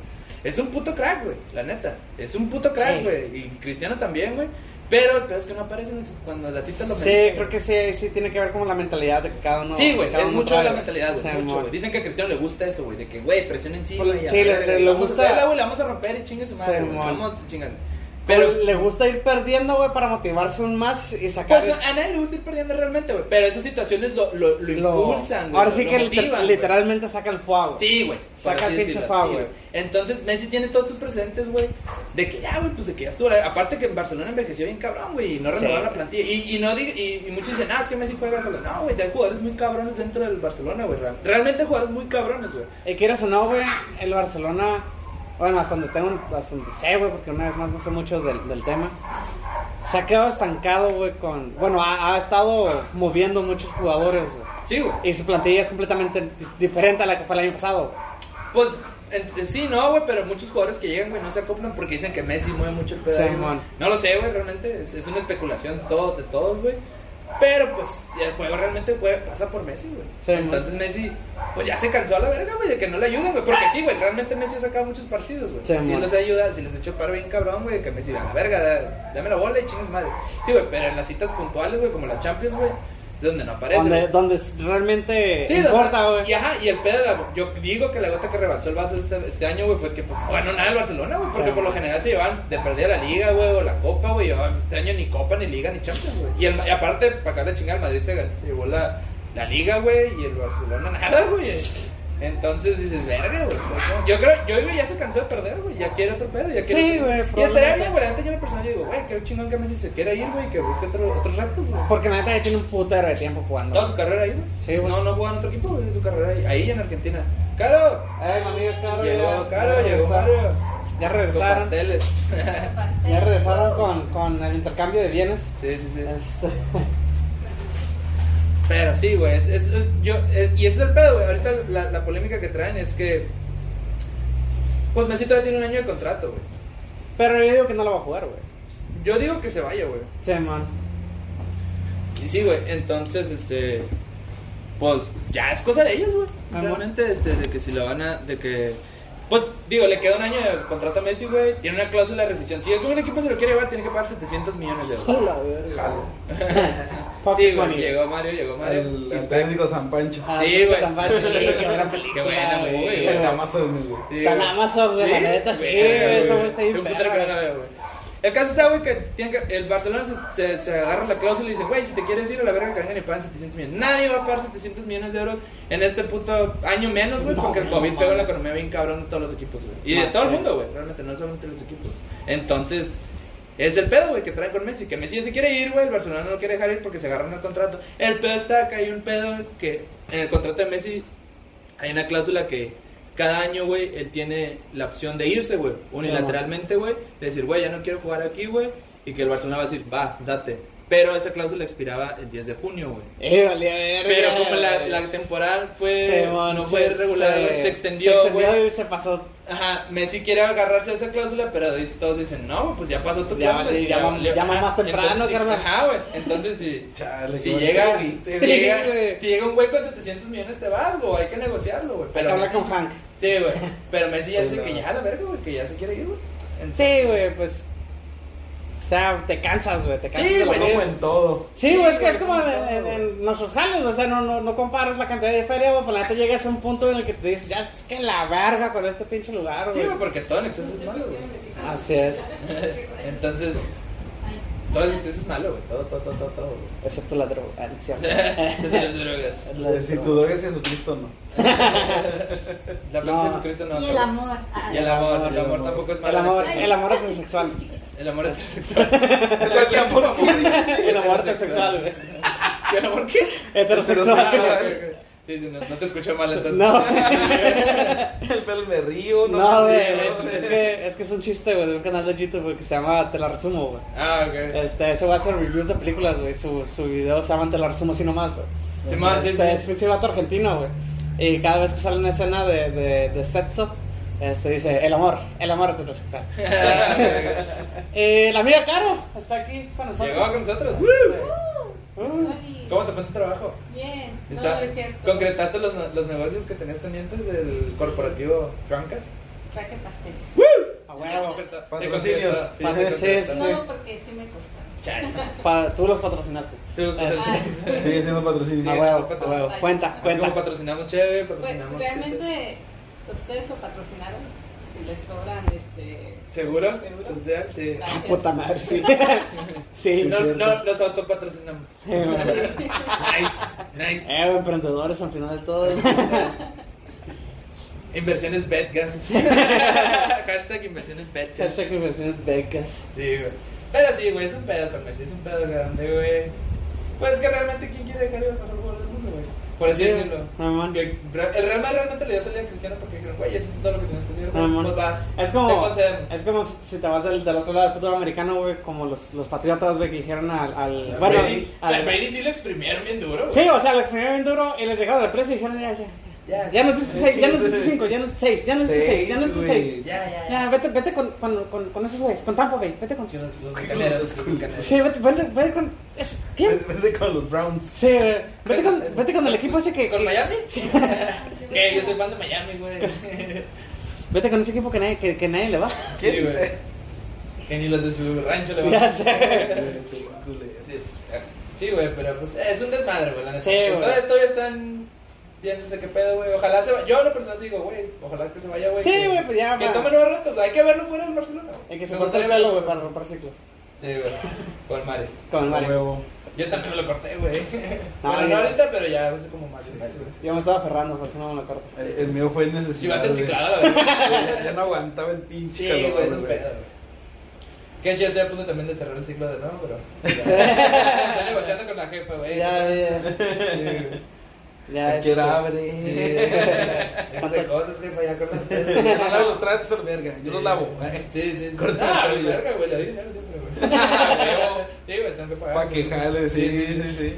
S2: Es un puto crack, güey. La neta. Es un puto crack,
S1: Sí.
S2: güey. Y Cristiano también, güey. Pero el pedo es que no aparecen cuando la cita lo
S1: Sí,
S2: merita,
S1: creo
S2: güey.
S1: que sí, sí tiene que ver como la mentalidad de que cada uno.
S2: Sí, güey,
S1: cada
S2: es
S1: uno
S2: mucho de la
S1: trae.
S2: mentalidad, güey.
S1: Simón.
S2: Mucho, güey. Dicen que a Cristiano le gusta eso, güey, de que, güey, presión en sí.
S1: Pues,
S2: güey, a
S1: sí,
S2: la
S1: le-
S2: verga,
S1: le
S2: vamos
S1: gusta-
S2: a hacerla, güey, le vamos a romper y chingue su madre,
S1: Sí,
S2: güey.
S1: mon.
S2: Vamos a chingarle.
S1: Pero
S2: Pero,
S1: le gusta ir perdiendo, güey, para motivarse un más y sacar.
S2: pues, no, a nadie le gusta ir perdiendo realmente, güey. Pero esas situaciones lo, lo, lo
S1: lo-
S2: eh, impulsan, güey.
S1: Ahora
S2: lo-
S1: sí
S2: lo
S1: que liter-
S2: motivan, güey.
S1: literalmente saca el fuego.
S2: Sí, güey. por
S1: Saca
S2: así
S1: el pinche
S2: decirlo,
S1: fa,
S2: sí,
S1: güey.
S2: Entonces, Messi tiene todos sus presentes, güey. De que ya, güey, pues de que ya estuvo. la- Aparte que en Barcelona envejeció bien cabrón, güey. Y no renovaron
S1: Sí.
S2: la plantilla. Y, y no diga- y, y muchos dicen, ah, es que Messi juega solo. No, güey, hay jugadores muy cabrones dentro del Barcelona, güey. real- Realmente hay jugadores muy cabrones, güey.
S1: Y Eh, quieras o no, güey, el Barcelona, bueno, hasta donde tengo, hasta donde sé, güey, porque una vez más no sé mucho del, del tema, se ha quedado estancado, güey, con, bueno, ha, ha estado moviendo muchos jugadores, güey.
S2: Sí, güey.
S1: Y su plantilla es completamente di- diferente a la que fue el año pasado.
S2: Pues ent- sí, no, güey, pero muchos jugadores que llegan, güey, no se acoplan porque dicen que Messi mueve mucho el pedazo.
S1: Simón.
S2: no lo sé, güey, realmente es, es una especulación todo, de todos, güey. Pero pues el juego realmente güey, pasa por Messi, güey.
S1: Simón.
S2: Entonces Messi, pues ya se cansó a la verga, güey, de que no le ayuden, güey. Porque sí, güey, realmente Messi ha sacado muchos partidos, güey.
S1: Simón.
S2: Sí les ayuda, si les echó paro bien cabrón, güey, que Messi, a la verga, da- dame la bola y chingas madre. Sí, güey, pero en las citas puntuales, güey, como la Champions, güey, es donde no aparece.
S1: donde,
S2: güey.
S1: donde s- realmente
S2: Sí,
S1: importa,
S2: donde-
S1: güey.
S2: Y ajá, y el pedo de la- Yo digo que la gota que rebalsó el vaso este, este año, güey, fue que, pues, bueno, nada el Barcelona, güey, porque
S1: Sí.
S2: por lo general se llevan de perder la liga, güey, o la copa, güey. llevaban Este año ni copa, ni liga, ni champions, güey. Y, el, y aparte, para acá la chingada, el Madrid se, gan- se llevó la, la liga, güey, y el Barcelona nada, güey. Entonces dices, verga, güey. o sea, no. Yo creo, yo digo, ya se cansó de perder, güey. Ya quiere otro pedo, ya quiere.
S1: Sí,
S2: otro-
S1: güey,
S2: Y estaría
S1: probablemente.
S2: bien, güey. Antes yo en lo personal, yo digo, güey, qué chingón que Messi se quiera ir, güey, que busque otro- otros retos, güey.
S1: Porque la neta ya tiene un putero de tiempo jugando.
S2: Toda su carrera ahí, güey.
S1: Sí, güey.
S2: No, no jugaba en otro equipo, güey, su carrera ahí, ahí en Argentina. ¡Caro!
S1: Ay, la amiga Eh, Caro
S2: Llegó
S1: ya-
S2: Caro,
S1: ya
S2: llegó
S1: regresaron.
S2: Caro.
S1: Ya
S2: Con
S1: regresaron.
S2: pasteles.
S1: Ya regresaron con, con el intercambio de bienes.
S2: Sí, sí, sí.
S1: Este,
S2: Pero sí, güey, es, es- es- yo, es- y ese es el pedo, güey. Ahorita la, la polémica que traen es que. Pues Messi todavía tiene un año de contrato, güey.
S1: Pero yo digo que no lo va a jugar, güey.
S2: Yo digo que se vaya, güey.
S1: Sí, man.
S2: Y sí, güey, entonces, este. Pues ya es cosa de ellos, güey.
S1: Amor.
S2: Realmente, este, de que si lo van a. De que. Pues digo, le queda un año de contrato a Messi, güey. Tiene una cláusula de rescisión. Si algún equipo se lo quiere llevar, tiene que pagar 700 millones de euros.
S1: Hola, güey. [laughs]
S3: Jalo.
S2: Sí,
S1: Fucking
S2: güey,
S1: money.
S2: llegó Mario, llegó Mario.
S3: El,
S2: Y
S3: el
S2: espera-
S3: técnico San Pancho.
S1: Ah,
S2: Sí, güey.
S1: San Pancho, sí, Qué buena película.
S2: Qué buena,
S1: güey.
S2: güey.
S1: Sí,
S3: El de Amazon, güey.
S2: Sí,
S1: Está en
S2: güey.
S1: Amazon, güey, la neta, sí, güey, esa güey está bien
S2: Un putero
S1: perra.
S2: que no la veo, güey. El caso está, güey, que, tiene que el Barcelona se, se, se agarra la cláusula y dice, güey, si te quieres ir a la verga, que vengan y pagan 700 millones. Nadie va a pagar 700 millones de euros en este puto año menos, güey,
S1: No,
S2: porque el
S1: no
S2: COVID pegó la
S1: mames.
S2: economía bien cabrón de todos los equipos, güey. Y de
S1: Ah,
S2: todo el
S1: sí.
S2: mundo, güey, realmente, no solamente los equipos. Entonces, es el pedo, güey, que traen con Messi. Que Messi ya se quiere ir, güey. El Barcelona no lo quiere dejar ir porque se agarran el contrato. El pedo está que hay un pedo que en el contrato de Messi hay una cláusula que cada año, güey, él tiene la opción de irse, güey. Unilateralmente, güey. De decir, güey, ya no quiero jugar aquí, güey. Y que el Barcelona va a decir, va, date. Pero esa cláusula expiraba el 10 de junio, güey.
S1: Eh, valía verga.
S2: Pero como la, la temporada fue,
S1: Sí, man,
S2: no
S1: se-
S2: fue regular,
S1: se-
S2: güey, se
S1: Se
S2: extendió, güey.
S1: extendió y se pasó.
S2: Ajá, Messi quiere agarrarse a esa cláusula, pero dice- todos dicen, no, güey, pues ya pasó tu
S1: Ya
S2: cláusula.
S1: vale, ya va-
S2: valió".
S1: ya va
S2: Ajá,
S1: más temprano,
S2: entonces, sí,
S1: carnal.
S2: Ajá, güey, entonces si,
S3: Chale,
S2: si
S3: qué
S2: llega,
S3: bonito grito,
S2: si
S3: güey.
S2: llega,
S1: Sí, güey.
S2: si llega un güey con 700 millones te vas, güey, hay que negociarlo, güey.
S1: Pero
S2: Pero
S1: habla
S2: Messi,
S1: con Hank.
S2: sí, güey, pero Messi ya
S3: Pues
S2: dice
S3: no.
S2: que ya, a la verga, güey, que ya se quiere ir, güey. Entonces-
S1: Sí, güey, pues. O sea, te cansas, güey, te cansas.
S2: Sí,
S1: de
S2: güey,
S1: los
S3: Como
S1: días.
S3: en todo.
S1: Sí, güey, es que es como en, en- en nuestros jales, o sea, no, no, no comparas la cantidad de feria, güey, pero la neta llegas a un punto en el que te dices, ya es que la verga con este pinche lugar,
S2: Sí,
S1: güey.
S2: [laughs] güey, porque todo en exceso es malo, güey.
S1: Así es.
S2: Entonces, Todo el exceso es malo, güey. Todo, todo, todo, todo, todo,
S4: [laughs]
S2: güey.
S1: Excepto la droga. ah, no
S2: [laughs]
S1: es cierto.
S2: Desde las drogas.
S1: La
S3: Si
S1: droga.
S3: tu droga es
S2: [laughs]
S3: Jesucristo, no.
S2: La fe
S1: No.
S2: de Jesucristo no.
S4: Y el amor. Ah,
S2: Y el amor. El amor tampoco es malo.
S1: El amor,
S4: Ay.
S1: el amor heterosexual.
S2: El
S1: [laughs]
S2: amor heterosexual. [laughs]
S3: El amor, ¿qué dices?
S1: El amor heterosexual, güey.
S2: ¿Y el amor qué?
S1: Heterosexual.
S2: Sí, sí, no, no te escuché mal entonces.
S1: No,
S3: El pelo
S2: [laughs]
S3: me río, no.
S1: no, güey.
S3: Sí, no
S1: Es,
S3: sé.
S1: es que, es que es un chiste, güey, de un canal de YouTube güey, que se llama Te la resumo, güey.
S2: Ah, ok.
S1: Este, ese va a hacer reviews de películas, güey. Su, su video se llama Te la resumo así nomás, güey.
S2: Simón, sí,
S1: Este, es
S2: sí.
S1: pinche vato argentino, güey. Y cada vez que sale una escena de, de, de sexo, este, dice, el amor, el amor
S2: [laughs]
S1: heterosexual.
S2: Ah, ok.
S1: Eh, la amiga Caro está aquí con nosotros.
S2: [laughs] Llegó con nosotros.
S1: Uh,
S4: Oli.
S2: ¿Cómo te fue en tu trabajo?
S4: Bien.
S2: Está,
S4: No, es cierto.
S2: ¿Concretaste los, ne- los negocios que tenías pendientes del corporativo Drunkast?
S4: Traje pasteles.
S1: a
S2: Sí,
S1: huevo.
S2: se concretó. Se
S3: Patrocinios.
S2: concretó, sí,
S1: Patrocinios,
S2: se concretó.
S1: sí.
S4: No, porque sí me costaron.
S2: Chale.
S1: Pa- tú los patrocinaste.
S2: Tú los
S1: Ah, sí.
S2: [laughs] patrocinaste.
S3: Sigue siendo patrocinio.
S1: a
S2: sí,
S1: huevo,
S2: sí,
S1: a huevo.
S4: sí.
S1: Cuenta,
S2: Así como
S1: cuenta.
S2: patrocinamos chévere,
S4: Pues,
S2: patrocinamos.
S4: realmente ustedes lo patrocinaron. Si les cobran, este.
S2: ¿Seguro?
S4: ¿Seguro?
S2: Social, Sí.
S4: gracias.
S1: Ah, Puta madre, sí. [laughs] sí.
S2: No,
S3: cierto.
S2: no,
S1: [laughs]
S2: los autopatrocinamos.
S1: Eh, güey.
S2: Nice, nice.
S1: Eh, güey, emprendedores al final del todo.
S2: Inversiones Betgas. [laughs] Hashtag inversiones Betgas.
S1: Hashtag inversiones becas.
S2: Sí, güey. Pero sí, güey, es un pedo con Messi, es un pedo grande, güey. Pues es que realmente, ¿quién quiere dejar el mejor jugador del mundo, güey? Por así
S1: Sí,
S2: decirlo.
S1: no, man.
S2: Que El Real Madrid realmente le dio salida a Cristiano porque dijeron, güey, eso es todo lo que tienes que hacer,
S1: No,
S2: güey.
S1: man.
S2: pues va.
S1: Es
S2: Te
S1: como,
S2: concedemos.
S1: es como si- si te vas del, del otro lado del fútbol americano, güey, como los, los patriotas, güey, que dijeron al... al
S2: A
S1: bueno,
S2: Brady-
S1: al-
S2: a Brady sí lo exprimieron bien duro, güey.
S1: Sí, o sea, lo exprimieron bien duro y les llegaron del precio y dijeron, ya, ya, ya. Ya nos diste seis, ya nos diste cinco, ya nos diste seis, ya nos diste seis, ya nos diste
S3: Seis,
S1: seis.
S3: güey.
S2: Ya, ya,
S1: Ya,
S2: ya.
S1: vete, vete con, con, con, con esos güeyes, con Tampa Bay, vete con...
S2: Yo los, los bucaneros,
S3: Los
S2: los bucaneros.
S1: Sí, vete, vete, vete con... es- ¿Quién?
S2: Pues,
S3: Vete- Vete con los Browns.
S1: [laughs] Sí, güey, vete con, vete con el equipo ese que...
S2: ¿Con
S1: que-
S2: Miami?
S4: Yo creo
S2: [laughs] Que
S4: que
S2: yo soy fan de Miami,
S1: [laughs]
S2: güey.
S1: Vete con ese equipo que nadie, que, que nadie [laughs] le va.
S2: Sí, güey. Que ni los de su rancho le van
S1: Ya sé.
S2: Sí, eh, Sí, güey, pero pues eh, es un desmadre, güey, la neta.
S1: Sí, güey.
S2: Todavía, todavía están viéndose qué pedo, güey. Ojalá se vaya. Yo a la persona sí digo, güey, ojalá que se vaya, güey.
S1: Sí,
S2: que-
S1: güey, pues ya,
S2: Que
S1: va.
S2: tomen nuevos retos, güey. Hay que verlo fuera del Barcelona. güey.
S1: El que se
S2: Me
S1: cortó el
S2: gustaría
S1: pelo, güey, para romper ciclos.
S2: Sí, güey. Con el Mario.
S1: Con el
S3: A
S1: Mario.
S3: huevo.
S2: Yo también me lo corté, güey.
S1: [laughs] No,
S2: bueno,
S1: yo-
S2: no ahorita, pero ya hace como más de un mes, güey.
S1: Yo me estaba aferrando, por eso no me lo corto.
S3: El, el mío fue
S2: Sí,
S3: necesario.
S2: va tan
S3: [laughs]
S1: [laughs]
S2: chiclado, güey.
S3: Ya ya no aguantaba el pinche
S2: Sí,
S3: calor,
S2: güey, es un
S3: güey.
S2: pedo, güey. Que ya estoy a punto también de cerrar el ciclo de nuevo, pero.
S1: [laughs]
S2: Estoy negociando con la jefa, güey.
S1: Ya, ya,
S2: Sí, güey.
S1: ya. este,
S3: Quiero abre. [laughs]
S2: Sí. Esas cosas, jefa, ya acuérdate.
S3: Yo no lavo los trates al verga. Yo los lavo.
S2: Sí, sí, sí.
S3: Corta
S2: Ah,
S3: la
S2: güey,
S3: vida.
S2: verga, güey, la vida siempre, güey.
S3: [laughs]
S2: Sí, güey, tengo que pagar.
S3: Para que jale, sí, sí, sí. sí,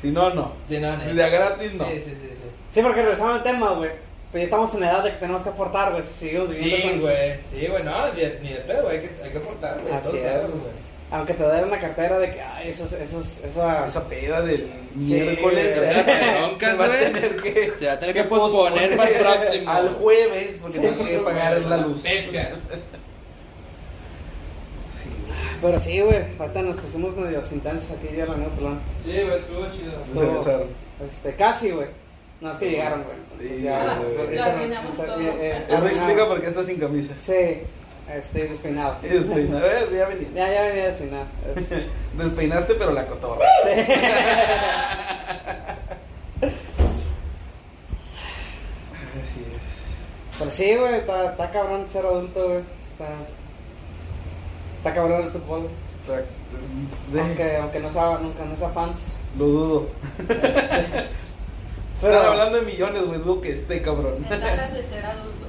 S3: Si no, no.
S2: Sí, no, no.
S3: De a gratis, no.
S2: Sí, sí, sí, sí.
S1: Sí, porque regresamos al tema, güey. Pues ya estamos en edad de que tenemos que aportar, güey. Si seguimos viviendo
S2: Sí,
S1: con-
S2: güey. Sí, güey, no, ni, ni de pedo, güey. Hay que, hay que aportar, güey.
S1: Así
S2: todos
S1: es.
S2: lados, güey.
S1: Aunque te den una cartera de que, ay, esos, esos, esas.
S3: Esa peda del
S1: Sí,
S3: miércoles.
S1: güey.
S3: se
S2: Broncas,
S3: va a
S2: güey.
S3: tener que.
S2: Se va a tener que posponer para [laughs] el próximo.
S3: Al jueves, porque tengo que pagar la luz.
S2: Venga.
S3: Sí.
S1: Pero sí, güey. Ahorita nos pusimos medios intensos aquí ya en la nueva pelón.
S2: Sí, güey, estuvo chido.
S3: Se
S1: Estuvo-
S3: regresaron.
S1: Este, casi, güey. No es que llegaron, güey. Entonces
S3: Sí,
S1: ya.
S3: güey.
S1: ahorita no-
S3: Lo
S4: arruinamos
S1: está- eh,
S4: todo.
S3: Eso
S1: arruinado.
S3: explica por qué está sin camisa.
S1: Sí, este, despeinado.
S3: Y despeinado. Eh, Ya venía.
S1: Ya, ya venía despeinado. Este,
S3: Despeinaste, pero la cotorra. [laughs] Así es.
S1: Pero Pues sí, güey, está, está cabrón ser adulto, güey. Está, está cabrón el fútbol, güey.
S3: Exacto. De-
S1: Aunque, aunque no sea, nunca no sea fans.
S3: Lo [laughs] dudo.
S1: Pero-
S3: Están hablando de millones, güey. Dudo que esté, cabrón.
S4: Ventajas de ser adulto.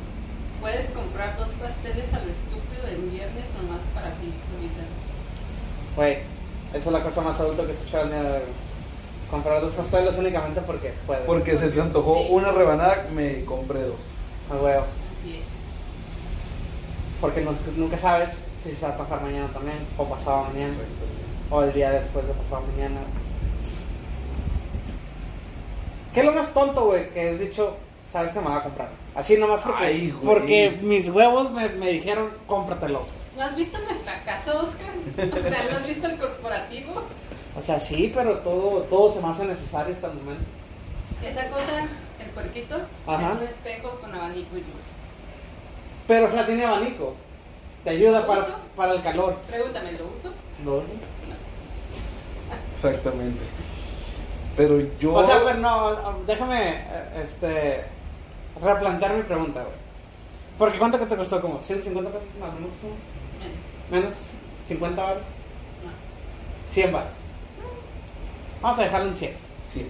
S4: Puedes comprar dos pasteles a lo estúpido en viernes nomás para ti solita.
S1: Güey, eso es la cosa más adulta que he escuchado en el día de hoy, güey. Comprar dos pasteles únicamente porque puedes.
S3: Porque se te antojó una rebanada, me compré dos.
S1: A huevo.
S4: Así es.
S1: Porque no- nunca sabes si se va a antojar mañana también, o pasado mañana,
S3: Exacto.
S1: o el día después de pasado mañana. ¿Qué es lo más tonto, güey? Que es dicho, sabes que me va a comprar. Así nomás porque,
S3: Ay, güey.
S1: porque mis huevos me, me dijeron, cómpratelo.
S4: ¿No has visto nuestra casa, Oscar? O sea, ¿no has visto el corporativo?
S1: O sea, sí, pero todo, todo se me hace necesario hasta el momento.
S4: Esa cosa, el puerquito,
S1: Ajá.
S4: es un espejo con abanico y luz.
S1: Pero, o sea, tiene abanico. Te ayuda
S4: ¿Lo
S1: para,
S4: uso?
S1: para el calor.
S4: Pregúntame, ¿lo uso?
S1: ¿Lo usas?
S3: Exactamente. Pero yo.
S1: O sea, pero no, déjame eh, este, replantear mi pregunta, güey. Porque ¿cuánto que te costó? ¿Como 150 pesos más o menos?
S4: No,
S1: ¿Menos? ¿50 baros?
S4: no.
S1: 100 baros. Vamos a dejarlo en 100.
S3: Sí.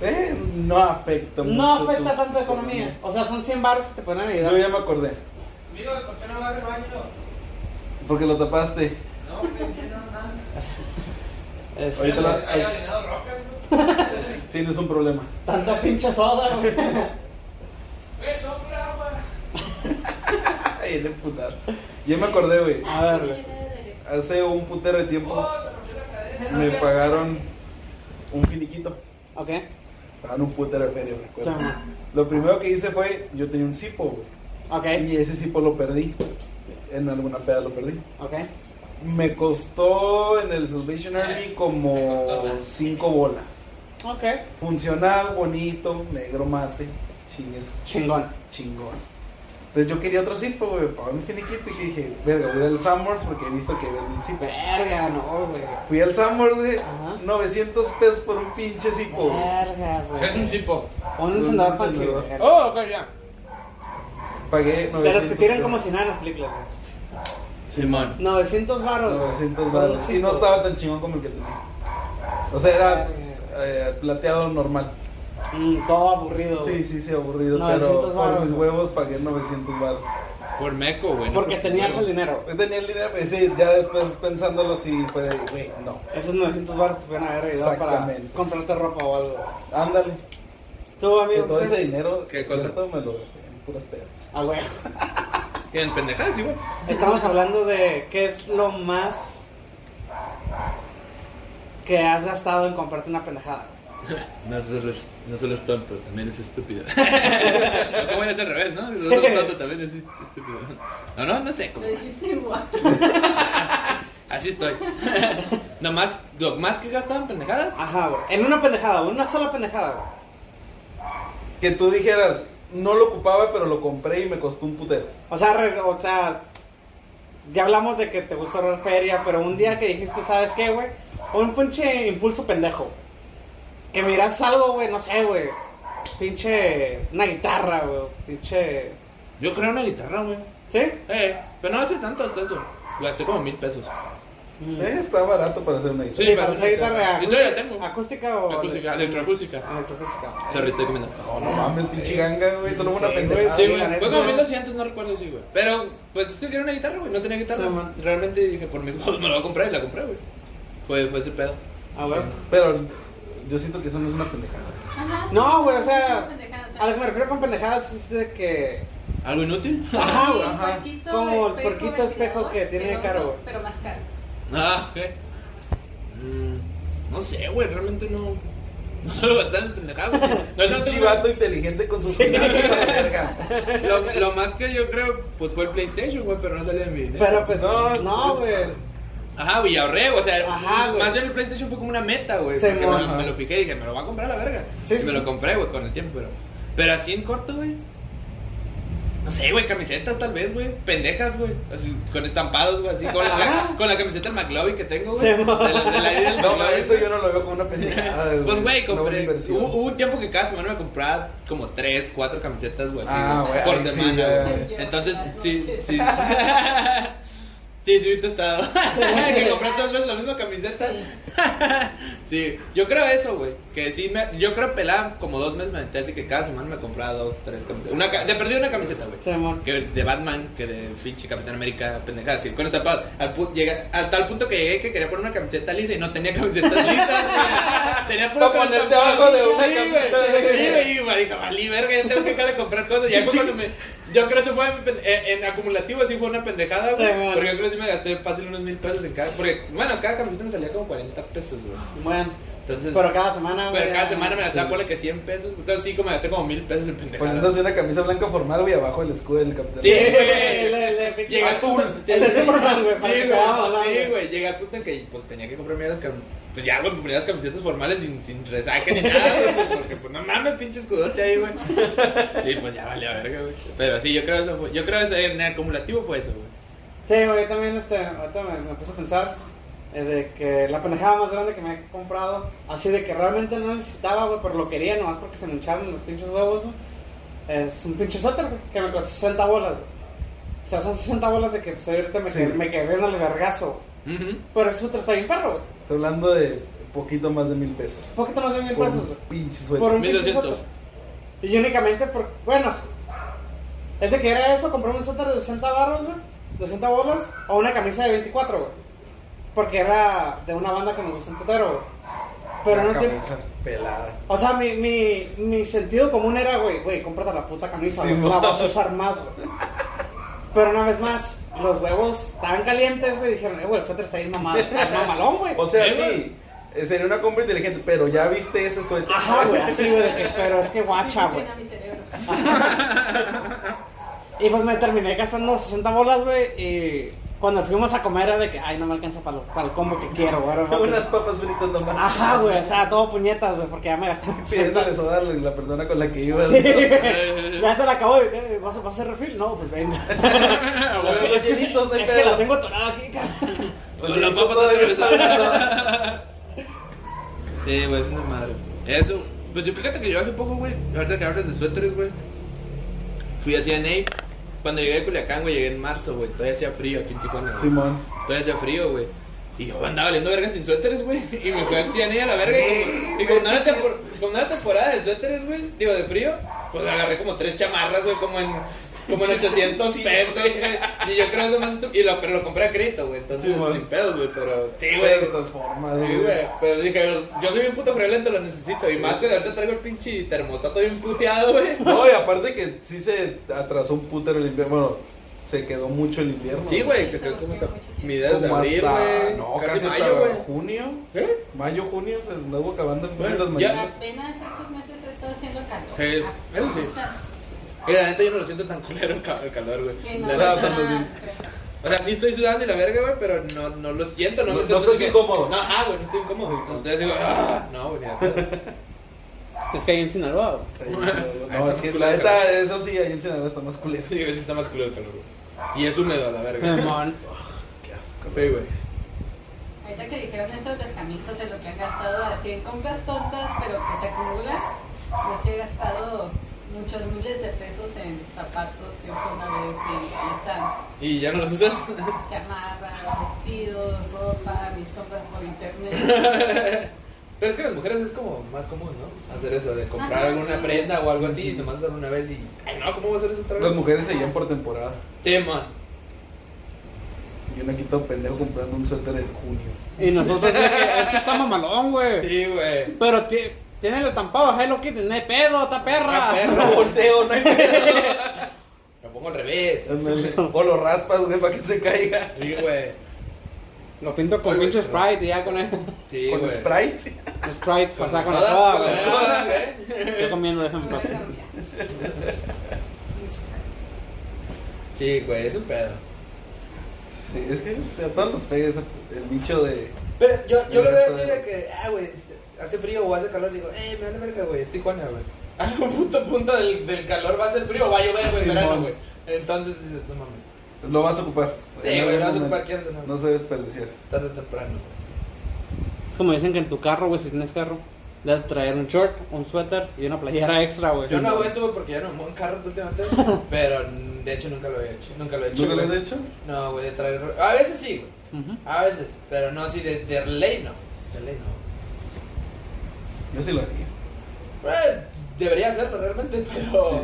S3: Eh, no afecta mucho.
S1: No afecta
S3: tu-
S1: tanto la
S3: tu
S1: economía. O sea, son 100 baros que te pueden ayudar.
S3: Yo ya me acordé.
S2: Amigos, ¿por qué no va al baño?
S3: Porque lo tapaste.
S2: No, güey, no, nada.
S1: Este,
S3: Ahorita la-
S2: Hay orinado rocas, güey.
S3: Tienes un problema.
S1: Tanta pinche soda, güey.
S2: Güey, no, pura agua.
S3: [laughs] Ay, de putar. Ya me acordé, güey.
S1: A ver, güey.
S3: Hace un putero de tiempo
S2: Oh, te rompió la cadena.
S3: me pagaron un finiquito.
S1: Ok.
S3: Pagaron un putero de feria, me acuerdo.
S1: Chama.
S3: Lo primero que hice fue, yo tenía un cipo, güey.
S1: Ok.
S3: Y ese cipo lo perdí. En alguna peda lo perdí.
S1: Ok.
S3: Me costó en el Salvation Army como
S2: Me costó más.
S3: cinco bolas.
S1: Ok.
S3: Funcional, bonito, negro mate, chingues,
S1: Chingón.
S3: chingón. Entonces yo quería otro cipo, güey, para un finiquito y que dije, verga, voy a ir al Summers porque he visto que venden cipo.
S1: Verga, no, güey.
S3: Fui al Summers, güey,
S1: Ajá.
S3: 900 pesos por un pinche cipo. güey.
S1: Verga, güey.
S2: Es un cipo.
S1: Pon un
S3: Un
S1: encendedor para
S3: encendedor.
S1: el cigarro.
S2: Oh, ok, ya.
S3: Pagué 900
S1: De los que tiran
S3: pesos.
S1: como si nada en las películas, güey.
S2: Simón.
S1: 900 varos. güey.
S3: 900 baros. Y no
S1: Cinco.
S3: estaba tan chingón como el que tenía. O sea, era eh, plateado normal.
S1: Mm, todo aburrido.
S3: Sí,
S1: güey.
S3: sí, sí, aburrido.
S1: 900
S3: Pero por
S1: varos,
S3: mis
S1: güey.
S3: huevos pagué 900 baros.
S2: Por meco, güey. no
S1: Porque tenías el
S2: huevo.
S1: dinero. güey.
S3: Yo tenía el dinero, pues, sí, ya después pensándolo, sí, fue de, güey, no.
S1: Esos 900 varos te pueden haber ayudado para
S3: Exactamente.
S1: comprarte ropa o algo.
S3: Ándale.
S1: Tú,
S3: Que
S1: amigo.
S3: todo
S1: Ah, pues, ¿sí?
S3: ese dinero,
S2: ¿Qué cosa?
S3: cierto, me lo gasté en puras pedas.
S1: Ah, güey.
S2: Tienen pendejadas, sí, güey.
S1: Estamos hablando de qué es lo más que has gastado en comprarte una pendejada.
S2: No solo, es, no solo es tonto, también es estúpido. No, ¿Cómo eres al revés, no? No solo es tonto, también es estúpido. No, no, no sé.
S4: Lo
S2: Como,
S4: dijiste igual.
S2: así estoy. Nomás, lo más que gastaban pendejadas.
S1: Ajá, güey. En una pendejada, güey. Una sola pendejada, güey.
S3: Que tú dijeras, no lo ocupaba, pero lo compré y me costó un putero.
S1: O sea, re- o sea, ya hablamos de que te gusta ahorrar feria, pero un día que dijiste, ¿sabes qué, güey? Un pinche impulso pendejo. Que miras algo, güey, no sé, güey. Pinche. Una guitarra, güey. Pinche.
S2: Yo creé una guitarra, güey.
S1: ¿Sí?
S2: Eh, pero no hace tanto hasta eso. Gasté como mil pesos.
S4: Mm.
S3: Eh, está barato para hacer una
S1: Sí,
S3: guitarra.
S2: Sí,
S1: para
S2: para
S1: esa
S2: hacer
S1: guitarra.
S2: guitarra. Yo todavía la tengo.
S1: ¿Acústica o.?
S2: Acústica, electroacústica.
S1: Electroacústica.
S2: Sorry, estoy comiendo.
S3: No, no mames, pinche ganga, güey, solo fue una
S1: Sí, güey,
S3: pendejada.
S2: Sí,
S1: Ah, la
S2: güey.
S1: neta,
S2: Fue como
S1: sí.
S2: 1200, no recuerdo si, güey. Pero, pues, es que quería una guitarra, güey. No tenía guitarra.
S1: Sí, man.
S2: Realmente dije, por mis huevos me la voy a comprar y la compré, güey. Fue, fue ese pedo.
S1: Ah, güey.
S3: Pero yo siento que eso no es una pendejada.
S4: Ajá, sí,
S1: No, güey, o
S4: sí,
S1: sea.
S4: pendejadas,
S1: A lo que me refiero con pendejadas es de que.
S2: ¿Algo inútil? [laughs]
S1: Ajá,
S4: Como
S1: güey.
S4: el
S3: ajá.
S4: puerquito
S1: Como el
S4: espejo
S1: puerquito espejo
S4: ventilador,
S1: que tiene
S4: no
S1: caro,
S4: uso,
S1: güey.
S4: Pero más caro.
S2: Ah, ok. Mm, no sé, güey. Realmente no. No lo gasté en
S1: [laughs]
S2: pendejadas, güey. No, no,
S3: Pinche
S2: tengo-
S3: vato inteligente con sus finanzas a
S2: [laughs]
S3: la verga.
S2: Lo, lo más que yo creo, pues fue el PlayStation, güey, pero no salió de mi dinero.
S1: Pero pues.
S3: No,
S1: No,
S3: pues,
S1: güey.
S2: Ajá, güey, ahorré, o sea,
S1: Ajá, güey.
S2: más bien el PlayStation fue como una meta, güey.
S1: Sí,
S2: porque
S1: mo-
S2: me, lo-
S3: ajá.
S2: me lo piqué y dije, me lo voy a comprar a la verga.
S1: Sí,
S2: y
S1: sí,
S2: me
S1: sí.
S2: lo compré, güey, con el tiempo, pero. Pero así en corto, güey. No sé, güey, camisetas tal vez, güey. Pendejas, güey. Así, con estampados, güey, así. Con la, [laughs] con la camiseta del McLovin que tengo, güey.
S1: Sí, mo-
S2: de la, de la idea del
S3: [laughs] No,
S2: McLovin,
S3: eso yo
S2: güey.
S3: no lo veo como una pendejada.
S2: Pues,
S3: güey.
S2: güey,
S3: Una buena
S2: compré.
S3: inversión.
S2: Hubo, hubo un tiempo que cada semana me compraba como 3, 4 camisetas, güey, así,
S3: Ah,
S2: güey,
S3: güey,
S2: por
S3: ahí sí,
S2: semana,
S3: ya,
S2: güey.
S4: ya.
S2: Entonces,
S4: Las
S2: sí, sí.
S4: noches.
S2: Sí, [laughs] sí, sí, vi tu estado. [laughs] que
S4: [laughs]
S2: compré dos veces la misma camiseta. Sí, yo creo eso, güey. Que sí, me, yo creo pelada como dos meses me aventé, así que cada semana me compraba dos, tres camisetas. Una, ca- de perdí una camiseta, güey.
S1: Sí, amor.
S2: Que de Batman, que de pinche Capitán América, pendejada, así, con estampados. Al, pu- llegué- al tal punto que llegué que quería poner una camiseta lisa y no tenía camisetas lisas, güey. Tenía puro
S3: Pa' ponerte
S2: estampados.
S3: abajo de una
S2: Sí, güey,
S3: camiseta.
S2: Sí, güey, y me dije, valí verga, ya tengo que dejar de comprar cosas. Ya fue cuando me. Yo creo que eso fue en, pen- en- en acumulativo, así fue una pendejada, güey.
S1: Sí, man.
S2: porque yo creo que sí me gasté fácil unos mil pesos en cada. Porque, bueno, cada camiseta me salía como 40 pesos, güey.
S1: Bueno.
S2: Entonces.
S1: Pero cada semana, güey.
S2: pero cada semana me gastaba,
S3: Sí.
S2: ponle que 100 pesos. Entonces, sí, como me gasté como mil pesos en pendejadas.
S3: Poniéndose una camisa blanca formal, güey, abajo el escudo del capitán.
S2: Sí,
S1: Sí,
S2: güey.
S1: güey, le- le- pinche-
S2: Llegué
S1: [laughs]
S2: al punto.
S1: Sí, sí, sí, por favor, güey,
S2: Sí,
S1: para que
S2: güey,
S1: se vaya volando,
S2: sí, güey, llegué al punto en que pues tenía que comprarme las camisetas. Pues ya, güey, me ponía las camisetas formales sin, sin resaca ni nada, güey. Porque pues no mames, pinche escudote ahí, güey. Y pues ya vale a verga, güey. Pero sí, yo creo eso fue. Yo creo eso en acumulativo fue eso, güey.
S1: Sí, güey, yo también este, ahorita me, me puse a pensar eh, de que la pendejada más grande que me he comprado, así de que realmente no necesitaba, güey, pero lo quería nomás porque se me hincharon los pinches huevos, güey. Es un pinche suéter, güey, que me costó 60 bolas, güey. O sea, son 60 bolas de que pues, ahorita me,
S3: Sí.
S1: quedé, me quedé en el vergazo. güey.
S2: [laughs] Ujú.
S1: Pero ese suéter está bien perro, güey.
S3: Estoy hablando de poquito más de mil pesos.
S1: Un poquito más de mil
S3: Por
S1: pesos,
S3: un
S1: güey.
S3: pinche
S1: Por
S3: suéter.
S1: un pinche
S2: 1200.
S1: suéter. Y únicamente por. Bueno, es de que era eso, compré un suéter de 60 barros, güey, de 60 bolas, o una camisa de 24, güey. Porque era de una banda que me gusta un putero, güey. Pero
S3: Una
S1: no te.
S3: camisa pelada.
S1: O sea, mi, mi, mi sentido común era, güey, güey, cómprate la puta camisa,
S3: Sí,
S1: güey,
S3: mo.
S1: la vas a usar más, güey. Pero una vez más, los huevos estaban calientes, güey, dijeron, eh, güey, el suéter está bien mamado, está mamalón, güey.
S3: O sea,
S2: Sí,
S3: sí, eh, sería una compra inteligente, pero ya viste ese suéter.
S1: Ajá, güey, así, güey, de que, pero es que guacha, güey.
S4: Llena mi cerebro.
S1: Y pues me terminé gastando 60 bolas, güey. Y cuando fuimos a comer era de que, ay, no me alcanza para el combo que quiero, güey. ahora voy a-
S3: [laughs] Unas papas fritas nomás.
S1: Ajá, güey, o sea, todo puñetas, güey, porque ya me gasté. 60.
S3: Pidiéndole soda a la persona con la que ibas.
S1: [laughs] Sí,
S3: ¿no?
S1: güey. ya se la acabó. y, eh, ¿Vas a vas a hacer refil? No, pues venga. es que, es que, sí,
S3: Llenitos de
S1: es que
S3: pedo.
S1: la tengo atorada aquí, cabrón.
S2: Con
S3: Los
S2: Pues la
S3: chicos
S2: papa
S3: todavía
S2: de regreso.
S3: están-
S2: Sí, güey, es una madre. Eso. Pues yo fíjate que yo hace poco, güey, ahorita que hablas de suéteres, güey, fui hacia Ney. Cuando llegué a Culiacán, güey, llegué en marzo, güey. Todavía hacía frío aquí en Tijuana. güey.
S3: Simón.
S2: Todavía hacía frío, güey. Y yo andaba valiendo verga sin suéteres, güey. Y me fui a CNA a la verga. Y, y con, una tempor- con una temporada de suéteres, güey, digo, de frío, pues agarré como tres chamarras, güey, como en, como en 800 pesos, güey. Y yo creo que más estu- Y lo, pero lo compré a crédito, güey. Entonces,
S3: Sí, güey.
S2: sin pedos, güey. Pero sí,
S3: De
S2: güey.
S3: todas formas,
S2: Sí,
S3: güey.
S2: güey, pero dije, yo soy un puto friolento, lo necesito. Y más que ahorita traigo el pinche termostato bien puteado, güey.
S3: No, y aparte que sí se atrasó un putero el invierno. Bueno, se quedó mucho el invierno.
S2: Sí, güey, se quedó como hasta mediados de
S3: Como
S2: abril,
S3: hasta-
S2: güey.
S3: No,
S2: casi,
S3: casi,
S2: mayo, güey.
S3: hasta junio.
S2: ¿Eh?
S3: Mayo, junio se anduvo acabando el
S2: Bueno,
S3: las
S2: ya-
S3: mañanas.
S2: [laughs]
S4: Apenas estos meses he estado haciendo calor.
S2: Eh, eso sí.
S4: Apenas.
S2: Y la neta yo no lo siento tan culero el ca- el calor,
S4: Que
S2: güey.
S4: no
S2: La
S4: está
S2: neta.
S4: nada
S2: O sea, sí estoy sudando y la verga, güey, pero no, no lo siento, no,
S3: No-
S2: me
S3: no
S2: siento
S3: estás
S2: así que-
S3: incómodo.
S2: No, ajá, güey, no estoy incómodo. No estoy así, güey, ah, no, güey, ni a pedo.
S1: [laughs]
S2: [laughs]
S1: Es que ahí en Sinaloa, güey.
S3: No, es que la neta, eso sí, ahí en Sinaloa está más culero.
S2: Sí, güey, sí está más culero el calor, güey. Y es húmedo a la verga.
S1: Simón.
S3: Qué asco.
S2: Sí, güey.
S4: Ahorita que dijeron eso de las camisas de lo que han gastado así en compras tontas, pero que se acumulan, yo sí he gastado muchos miles de pesos en zapatos que usé una vez y ahí están.
S2: ¿Y ya no los usas? [laughs]
S4: Chamarra, vestidos, ropa, mis compras
S3: [laughs]
S4: por internet.
S2: Pero es que las mujeres es como más común, ¿no? Hacer eso, de comprar
S4: Ajá,
S2: alguna
S4: sí.
S2: prenda o algo así, y nomás hacer una vez y. Ay, no, ¿cómo voy a hacer eso otra vez?
S3: Las mujeres seguían por temporada.
S2: Sí, man.
S3: Yo me quito pendejo comprando un suéter en junio.
S1: Y nosotros, de que, es que está mamalón, güey.
S2: Sí, güey.
S1: Pero ti- tiene el estampado Hello Kitty, no hay pedo, está perra.
S2: Ah, perro.
S3: volteo, no hay pedo.
S2: Lo pongo al revés.
S3: [laughs] O lo raspas, güey, para que se caiga.
S2: Sí, güey.
S1: Lo pinto con
S2: Oye,
S1: pinche
S2: pero-
S1: Sprite y ya con eso.
S2: Sí,
S3: Con
S2: güey.
S3: Sprite.
S1: [laughs]
S3: [laughs]
S1: Sprite, o sea, con la
S2: soda,
S1: soda,
S2: con la
S1: güey.
S2: soda, güey.
S1: Estoy comiendo,
S4: No
S1: déjame
S4: voy a
S1: pasar.
S4: cambiar.
S2: Sí, güey, es un pedo.
S3: Sí, es que a todos nos pega ese, el bicho de.
S2: Pero yo, yo lo
S3: Y
S2: veo
S3: eso
S2: así
S3: de-
S2: de que, ah, güey, este, hace frío o hace calor, digo, eh, me vale verga, güey, es Tijuana, güey. [laughs] A un punto, punto del, del calor va a ser frío o va a llover, güey, en
S3: Simón.
S2: verano, güey. Entonces dices, no mames,
S3: Lo vas a ocupar.
S2: Sí,
S3: En
S2: güey, lo vas
S3: algún
S2: a
S3: momento.
S2: ocupar, quieras o no.
S3: No se desperdiciar.
S2: tarde o temprano.
S1: Es como dicen que en tu carro, güey, si tienes carro, debes traer un short, un suéter y una playera extra, güey.
S2: Yo no hago esto güey, porque ya no me muevo en carro últimamente, [laughs] pero mm, de hecho nunca lo he hecho. Nunca lo he hecho.
S3: ¿Nunca lo has
S2: güey.
S3: hecho?
S2: No, güey, de traer. ro- A veces sí, güey.
S1: Ujú.
S2: A veces, pero no así de, de ley no. De ley no.
S3: Yo sí lo haría.
S2: Eh, debería hacerlo realmente, pero
S3: Sí.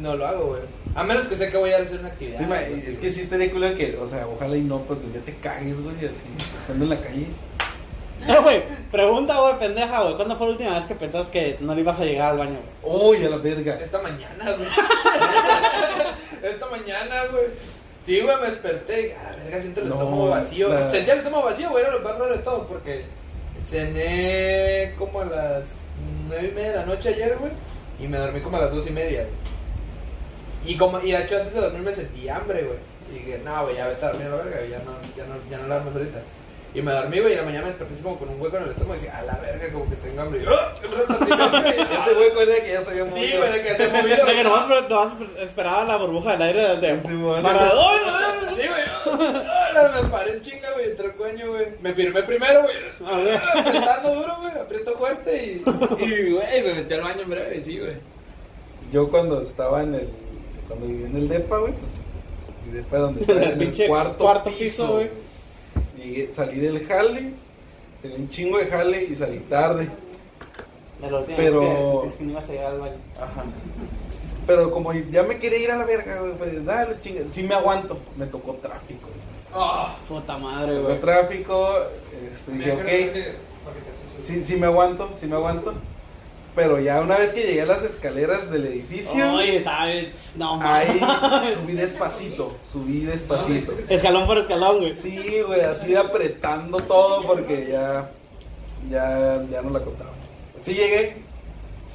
S2: no lo hago, güey. A menos que sé que voy a hacer una actividad.
S3: Dime,
S2: algo así,
S3: es que
S2: güey.
S3: pues sí estaría culo que, o sea, ojalá y no, pero que ya te cagues, güey, así, estando en la calle.
S1: Eh, güey, pregunta, güey, pendeja, güey. ¿Cuándo fue la última vez que pensaste que no le ibas a llegar al baño, güey?
S3: ¡Uy, a la verga!
S2: Esta mañana,
S3: [laughs]
S2: güey. Esta mañana, güey. Sí, güey, me desperté. y dije, A la verga, siento el
S3: No,
S2: estómago vacío.
S3: la-
S2: Sentía el estómago vacío, güey. Era lo más raro de todo. Porque cené como a las nueve y media de la noche ayer, güey. Y me dormí como a las dos y media, güey. Y, como, y de hecho, antes de dormir me sentí hambre, güey. Y dije, no, güey, ya vete a dormir a la verga. güey, Ya no, ya no, ya no la armas ahorita. Y me dormí, güey, y en la mañana me desperté así como con un hueco en el estómago. Y dije, a la verga, como que tengo hambre. Y yo, ¡ah! Un rato así, güey.
S3: [laughs] Ese hueco era que ya se había movido.
S2: Sí, güey, de que
S1: [laughs]
S2: se ha movido.
S1: De que nomás, nomás esperaba la burbuja del aire del tiempo.
S3: Simón.
S1: Para-
S2: ¡Ay, no, no! Sí, güey. ¡Hola! Me paré en chinga, güey. Entré al coño, güey. Me firmé primero, güey.
S1: A ver.
S2: Apretando duro, güey. Aprieto fuerte y. Y, güey, me metí al baño en breve, sí, güey.
S3: Yo cuando estaba en el. Cuando vivía en el DEPA, güey, pues. Mi DEPA donde estaba
S1: El
S3: en
S1: pinche
S3: [laughs] el cuarto,
S1: cuarto piso, güey.
S3: Llegué- salí del jale, tenía un chingo de jale y salí tarde.
S1: De los días
S3: Pero-
S1: que sentiste que no ibas a llegar al baño.
S3: Ajá. Pero como ya me quería ir a la verga, güey, pues dale, chinga. Sí me aguanto, me tocó tráfico.
S2: ¡Ah!
S1: Puta madre,
S3: Me
S1: güey.
S3: tocó tráfico, este,
S2: Me
S3: dije,
S2: creo
S3: ok.
S2: que- para que te haces un-
S3: Sí, sí me aguanto, sí me aguanto. Pero ya una vez que llegué a las escaleras del edificio,
S1: Oye, estaba bien- No, mames.
S3: ahí subí despacito, subí despacito.
S1: Escalón por escalón, güey.
S3: Sí, güey, así apretando todo porque ya, ya, ya no la contaba. Sí llegué,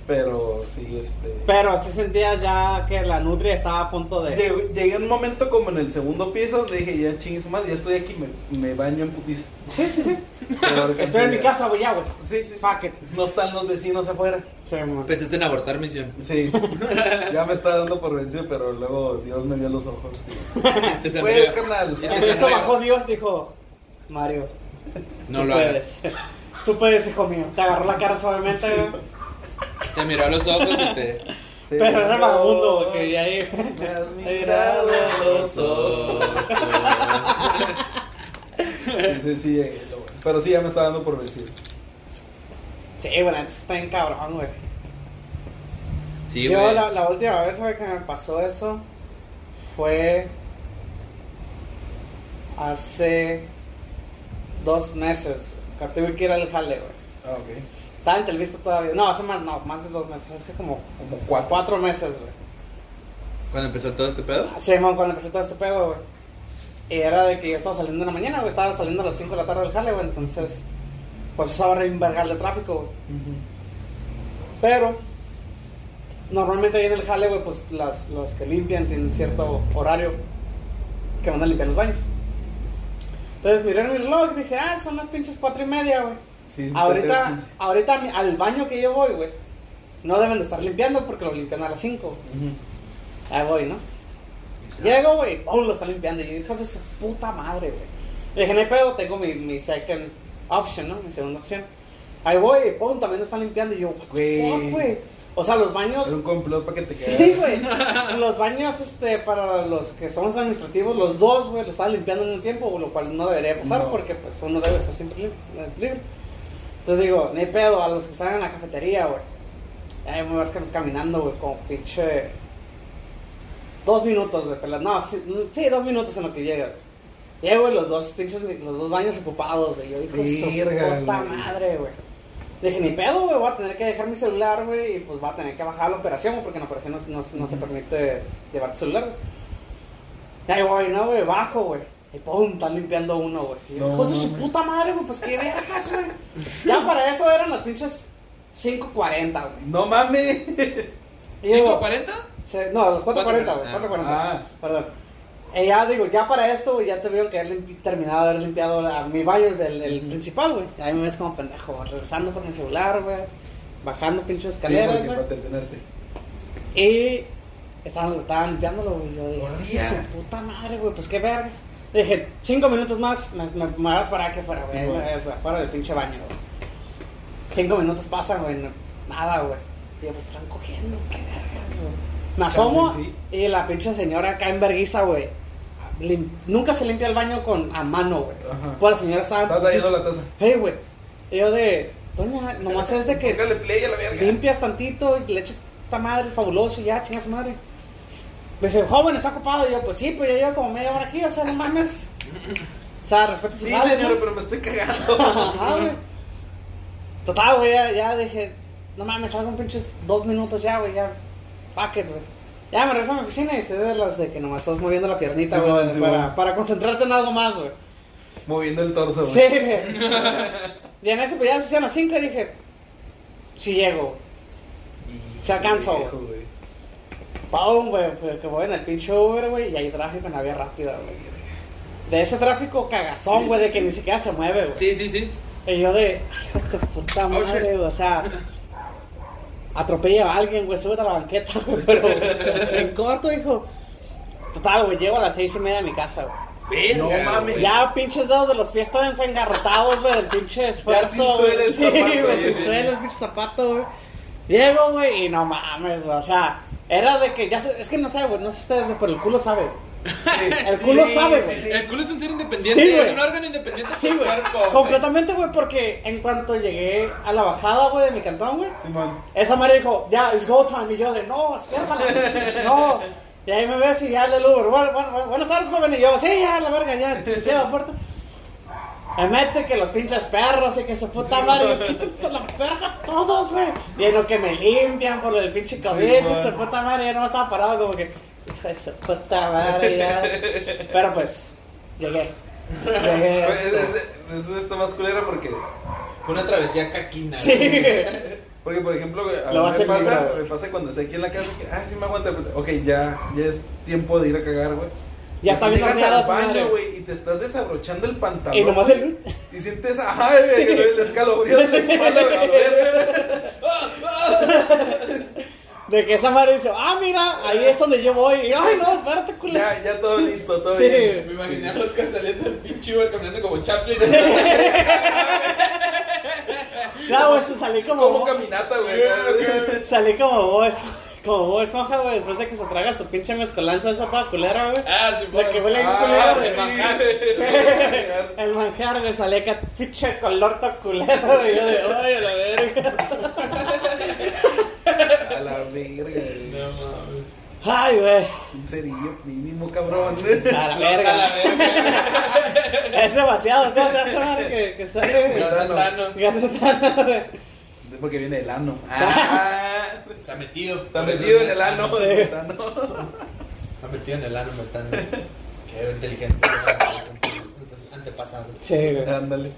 S3: pero sí, este...
S1: Pero sí sentías ya que la nutria estaba a punto de.
S3: Llegué, llegué a un momento como en el segundo piso donde dije, ya chingues madre, ya estoy aquí, me, me baño en putiza.
S1: Sí, sí, sí. [laughs]
S3: Pero alcancé
S1: Estoy en mi
S3: a-
S1: casa, güey, ya, güey.
S3: Sí, sí.
S1: Fuck it.
S3: No están los vecinos afuera.
S1: Sí, mon.
S2: Pensaste en abortar misión.
S1: [laughs]
S3: Sí, ya me está dando por vencido, pero luego Dios me dio los ojos.
S2: Se salió.
S3: Pues, carnal.
S2: Ya te
S1: Esto
S2: salió.
S1: bajó Dios, dijo Mario.
S2: No
S1: tú
S2: lo hagas.
S1: puedes. [laughs] Tú puedes, hijo mío. Te agarró la cara suavemente, güey.
S2: Te miró a los ojos y te. [laughs]
S3: Sí.
S1: [laughs] Pero era el vagabundo, güey, que ya ahí. [laughs]
S3: Me has mirado
S1: mirado
S3: a los ojos.
S2: ojos.
S3: Sí, sí, sí, llegué, lo bueno. Pero sí, ya me está dando por vencido.
S1: Sí, güey, la neta está en cabrón, güey.
S2: Sí,
S1: Yo
S2: güey.
S1: la, la última vez, güey, que me pasó eso fue hace dos meses, güey, que tuve que ir al jale, güey.
S3: Ah, ok.
S1: Estaba en Televista todavía. No, hace más, no, más de dos meses, hace como
S3: Como cuatro.
S1: cuatro meses, güey.
S2: Cuando empezó todo este pedo.
S1: Sí, man, cuando empecé todo este pedo, güey. Y era de que yo estaba saliendo en la mañana, güey. Estaba saliendo a las 5 de la tarde del jale, güey. Entonces, pues esa hora era un vergal de tráfico, güey. Pero, normalmente ahí en el jale, güey, pues las, los que limpian tienen cierto horario que van a limpiar los baños. Entonces miré mi reloj y dije, ah, son las pinches cuatro y media, güey.
S3: Sí, sí, te
S1: ahorita,
S3: veo chance.
S1: ahorita mi- al baño que yo voy, güey, no deben de estar limpiando porque lo limpian a las 5. Ahí voy, ¿no? Llego, güey, ¡pum! lo está limpiando. Y yo, hijas de su puta madre, güey. Le dije, no hay pedo, tengo mi, mi second option, ¿no? Mi segunda opción. Ahí voy, ¡pum! También lo están limpiando. Y yo, what the
S3: Güey.
S1: fuck, güey. O sea, los baños.
S3: Es un complot para que te quedes.
S1: Sí, güey. Los baños, este, para los que somos administrativos, los dos, güey, lo estaban limpiando en un tiempo, lo cual no debería pasar
S3: No.
S1: porque, pues, uno debe estar siempre libre. es libre. Entonces digo, ni pedo, a los que están en la cafetería, güey. Ahí me vas cam- caminando, güey, como pinche. Dos minutos, güey, pelas. No, sí, mm, sí, dos minutos en lo que llegas. Llego, güey, los dos pinches, los dos baños ocupados, güey. Yo digo,
S3: Verga,
S1: puta
S3: güey.
S1: madre, güey. Dije, ni pedo, güey, voy a tener que dejar mi celular, güey, y pues va a tener que bajar la operación, güey, porque en la operación no, se- no se- no se permite llevar tu celular. güey. Y ahí voy, no, güey, bajo, güey. Y pum, están limpiando uno, güey. Y yo,
S3: No,
S1: Hijos de su
S3: mames.
S1: puta madre, güey, pues qué vergas, güey. Ya para eso eran las pinches 5.40, güey.
S3: No mames.
S1: Y digo,
S2: ¿540?
S1: se- no, los 4.40, güey,
S2: Ah,
S1: 4.40.
S3: ah.
S1: Perdón. Y ya digo, ya para esto, güey, ya te veo que he limpi- terminado de haber limpiado la- mi baño, el, el principal, güey. Ahí me ves como pendejo, güey, regresando con mi celular, güey, bajando pinches
S3: Sí,
S1: escaleras,
S3: porque
S1: güey.
S3: para detenerte.
S1: Y estaban, estaban limpiándolo, güey. Yo dije, "Ay,
S2: Hola.
S1: su puta madre, güey, pues qué vergas. Dije, cinco minutos más, me, me, me vas para que fuera, güey.
S3: Sí, güey.
S1: o sea, fuera del pinche baño, güey. Cinco minutos pasan, güey, no- nada, güey. Y yo, pues están cogiendo, qué vergas, güey. Me asomo
S3: Chance,
S1: y la pinche señora acá en verguiza, güey. lim- Nunca se limpia el baño con ah, a mano, güey.
S3: Ajá.
S1: Pues la señora estaba.
S3: Está trayendo la taza.
S1: Hey, güey. Y yo de, doña, nomás es de que
S3: Póngale play a la verga.
S1: limpias tantito y le echas esta madre fabuloso y ya, chingas madre. Me dice, joven, está ocupado. Y yo, pues sí, pues ya llevo como media hora aquí, o sea, no mames. O sea, respeto sus
S3: Sí,
S1: madres,
S3: señor,
S1: ¿no?
S3: pero me estoy cagando.
S1: Ajá, güey. Total, güey, ya, ya dije, no mames, salgo un pinches dos minutos ya, güey, ya. Fuck it, güey. Ya me regreso a mi oficina y se de las de que nomás estás moviendo la piernita,
S3: Simón,
S1: güey,
S3: Simón.
S1: para, para concentrarte en algo más, güey.
S3: Moviendo el torso, güey.
S1: Sí, güey. Y en ese, pues ya se hacían las 5 y dije, si llego, güey.
S3: Y-
S1: Se alcanzó,
S3: viejo, güey.
S1: ¡Pum, güey! Pues que voy en el pinche Uber, güey, y hay tráfico en la vía rápida, güey. de ese tráfico cagazón,
S2: Sí,
S1: güey,
S2: sí,
S1: de que
S2: sí.
S1: ni siquiera se mueve, güey.
S2: Sí, sí, sí.
S1: Y yo de, ay, hijo de tu puta madre,
S2: shit.
S1: güey, o sea, atropella a alguien, güey, súbete a la banqueta, güey, pero en corto, hijo. Total, güey, llego a las seis y media a mi casa, güey.
S2: Verga,
S3: No mames.
S2: güey.
S1: Ya pinches dedos de los pies estaban ensangarrotados, güey, del pinche esfuerzo.
S3: sin
S1: güey.
S3: suela el
S1: Sí,
S3: zapato,
S1: güey,
S3: sí,
S1: sin
S3: sí.
S1: suela el pinche zapato, güey. Llego, güey, y no mames, güey, o sea, era de que ya se- es que no sé, güey, no sé ustedes, güey, pero el culo sabe, güey.
S3: [laughs]
S1: El culo
S3: Sí,
S1: sabe,
S3: sí,
S1: güey.
S2: El culo es un ser independiente,
S1: Sí,
S2: es
S1: güey.
S2: un órgano independiente
S1: Sí,
S2: del
S1: güey,
S2: cuerpo. güey.
S1: completamente, güey, porque en cuanto llegué a la bajada, güey, de mi cantón, güey,
S3: Simón.
S1: esa madre dijo, ya, it's go time, y yo de, no, espérame, no, y ahí me ves y ya el Uber, bueno, bueno, bueno, buenas tardes, joven, y yo, sí, ya, la verga,
S3: [laughs]
S1: ya, se la puerta, me mete que los pinches perros y que su puta madre, y yo, quítense la verga todos, güey, y en lo que me limpian por el pinche COVID, y su
S3: bueno.
S1: puta madre, ya no estaba parado, como que, hijo de su puta madre,
S3: [laughs]
S1: ya, pero pues, llegué, llegué,
S3: Pues, es,
S1: este.
S3: es- es- está más culera porque,
S2: Fue una travesía caquina.
S1: Sí,
S2: güey.
S1: güey.
S3: porque por ejemplo, güey, a
S1: Lo
S3: mí
S1: vas
S3: me,
S1: a
S3: pasa,
S1: librar.
S3: me pasa cuando estoy aquí en la casa que, ah, sí me aguanta. pues, Ok, ya, ya es tiempo de ir a cagar, güey.
S1: Ya está
S3: Y
S1: bien
S3: Llegas
S1: horneada
S3: al
S1: esa madre.
S3: baño, güey, y te estás desabrochando el pantalón.
S1: Y nomás el-
S3: güey, Y sientes, ajá, güey, el escalofrío de la espalda, güey, a
S1: [laughs]
S3: ver, güey.
S1: De que esa madre dice, ah, mira, ahí es donde yo voy. Y, Ay, no, espérate, culero.
S3: Ya, ya todo listo, todo
S1: Sí.
S3: bien.
S2: Me imaginé a Oscar saliendo del pinche Uber caminando como Chaplin.
S1: Ya, güey, se salí como.
S3: Como
S1: Bo-
S3: caminata, güey.
S1: Salí como vos. Como vos, esponja, güey, después de que se traga su pinche mezcolanza esa toda culera, güey.
S2: Ah, sí,
S1: La que huele bien
S3: Ah,
S1: culero, güey.
S3: sí.
S2: manjar.
S1: [laughs] Sí. El manjar, güey, salí acá, pinche color tan culero, güey. Yo de, ay, a la verga.
S3: A la verga, güey.
S2: No mames.
S1: Ay, güey,
S3: Sincerillo, mínimo, cabrón.
S1: a la
S2: Flota
S1: verga. [laughs]
S2: la verga.
S1: Es demasiado, ¿cómo se hace, madre, que, que sale?
S2: Gas metano.
S1: Ya se está, güey.
S3: Porque viene el ano. Ah,
S2: Está metido.
S3: está metido en el ano. [laughs]
S1: Sí.
S3: en el ano.
S2: Está metido en el ano
S1: [laughs]
S2: metano. Qué inteligente. Antepasados.
S1: Sí, güey.
S3: Ándale.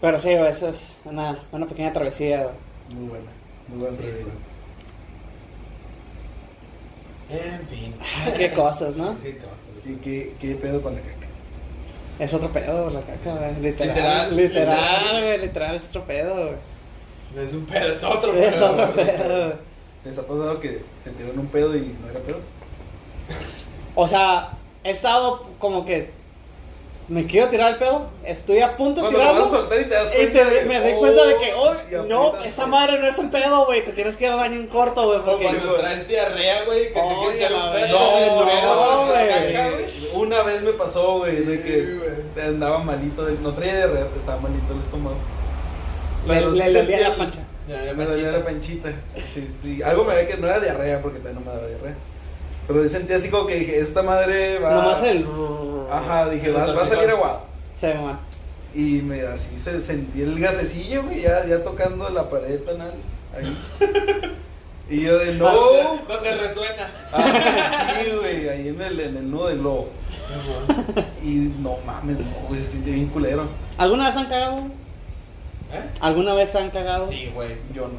S1: Pero sí, güey, eso es una, una pequeña travesía, güey.
S3: Muy buena. Muy buena
S2: Sí.
S3: sorpresa.
S2: En fin.
S1: Qué cosas, Ah, ¿no?
S2: Qué cosas.
S3: ¿Y qué, qué pedo con la caca?
S1: Es otro pedo, la caca, güey. Literal, literal,
S2: Literal, literal.
S1: güey, literal, es otro pedo, güey.
S2: No es un pedo, es otro pedo.
S1: Es otro pedo, güey.
S3: ¿Les ha pasado que se tiraron un pedo y no era pedo?
S1: O sea, he estado como que me quiero tirar el pedo, estoy a punto de
S3: Cuando lo vas a
S1: tirarlo.
S3: soltar y te das
S1: Y
S3: cuenta.
S1: te,
S3: de-
S1: me doy
S3: oh,
S1: cuenta de que,
S3: y
S1: oh, no,
S3: aprietas
S1: esa
S3: todo.
S1: madre no es un pedo, güey, te tienes que ir al baño en corto, güey,
S2: Como
S1: porque...
S2: cuando traes diarrea, güey, que te
S1: Oye,
S2: quieres echar
S1: la
S2: un pedo.
S1: verga.
S2: un pedo,
S1: No,
S2: una
S1: güey.
S2: caca, güey.
S3: Una vez me pasó, güey, de
S2: Sí,
S3: que
S2: güey.
S3: andaba malito, de- no traía diarrea, pero estaba malito el estómago.
S1: Le-
S3: Pero sí
S1: le dolía
S3: sentía-
S1: la pancha.
S2: Ya,
S3: Me dolía la panchita. Sí, sí. Algo me había que no era diarrea, porque también no me daba diarrea. Pero yo sentía así como que dije, esta madre va...
S1: Nomás el...
S3: Ajá, dije,
S2: El
S3: va, va a salir
S2: toxicón.
S3: aguado.
S1: Sí, mamá.
S3: Y me así se- sentí el gasecillo, güey, ya, ya tocando la pared tonal. Ahí. Y yo de no.
S1: [laughs]
S2: No, donde resuena. [laughs]
S3: Ah, sí, güey, ahí en el, en el nudo del globo. Y no mames, no, güey, se siente bien culero.
S1: ¿Alguna vez han cagado?
S2: ¿Eh?
S1: ¿Alguna vez han cagado?
S2: Sí, güey.
S3: Yo no.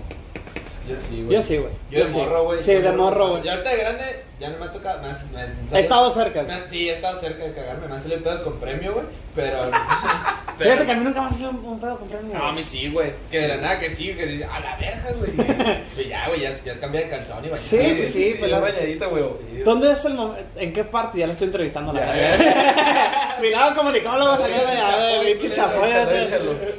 S2: Yo sí, güey.
S1: Yo sí, güey.
S2: Yo de morro, güey.
S1: Sí, de morro, güey.
S2: Ya ahorita de grande, ya no me ha tocado. Me, han- me han
S1: He
S2: salido-
S1: estado cerca.
S2: me han- sí, he estado cerca de cagarme. Me han salido pedos con premio, güey. Pero.
S1: [laughs] Fíjate que a mí nunca me ha sido un, un pedo comprar
S2: No, a mí sí, güey. Que de la nada que sí, que dice, a la verga,
S1: [laughs]
S2: güey. Y ya, güey, ya, ya cambié de calzón y bañé.
S1: Sí, sí, sí,
S3: Y
S1: pelado.
S3: la bañadita, güey.
S1: ¿Dónde es el momento? ¿En qué parte? Ya le estoy entrevistando a la
S3: Ya,
S1: verga. Cuidado comunicólogo, salió de a ver, pinche
S3: Échalo, échalo.
S1: chafoya.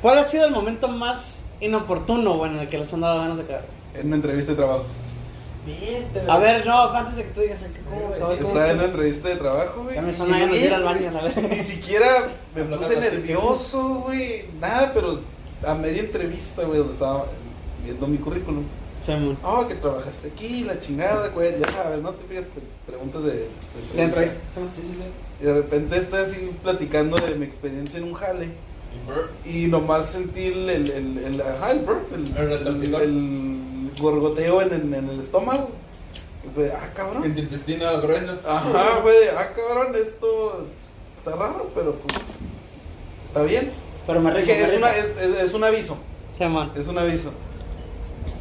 S1: ¿Cuál ha sido el momento más inoportuno, güey, en el que les han dado ganas de cagar?
S3: En una entrevista de trabajo.
S1: [laughs] A ver, no, antes de que tú digas, ¿cómo me acabo de
S3: Estaba en una entrevista de trabajo, güey.
S1: Ya me están
S3: y
S1: dando ganas de ir
S3: llegué,
S1: al baño, la [laughs] verga.
S3: [laughs] Ni siquiera me
S2: Bloquear
S3: puse
S2: las
S3: nervioso, güey. Nada, pero a media entrevista, güey, donde estaba viendo mi currículum.
S1: Sí, mon.
S3: Oh, que trabajaste aquí, la chingada, güey. Ya sabes, no te pidas pre- preguntas de, de
S1: De entrevista. sí, mon.
S2: Sí, sí, sí.
S3: Y de repente estoy así platicando de mi experiencia en un jale. Y nomás sentí el, el, el, el, ajá, el burp, el,
S2: El retorcijón.
S3: el gorgoteo en, en- en el estómago. Y fue, ah, cabrón.
S2: El intestino grueso.
S3: Ajá, güey, ah, cabrón, esto está raro, pero pues, está bien.
S1: Pero me rico,
S3: Dije,
S1: me
S3: es,
S1: rico.
S3: una- es, es- es un aviso,
S1: Sí, mon.
S3: es un aviso.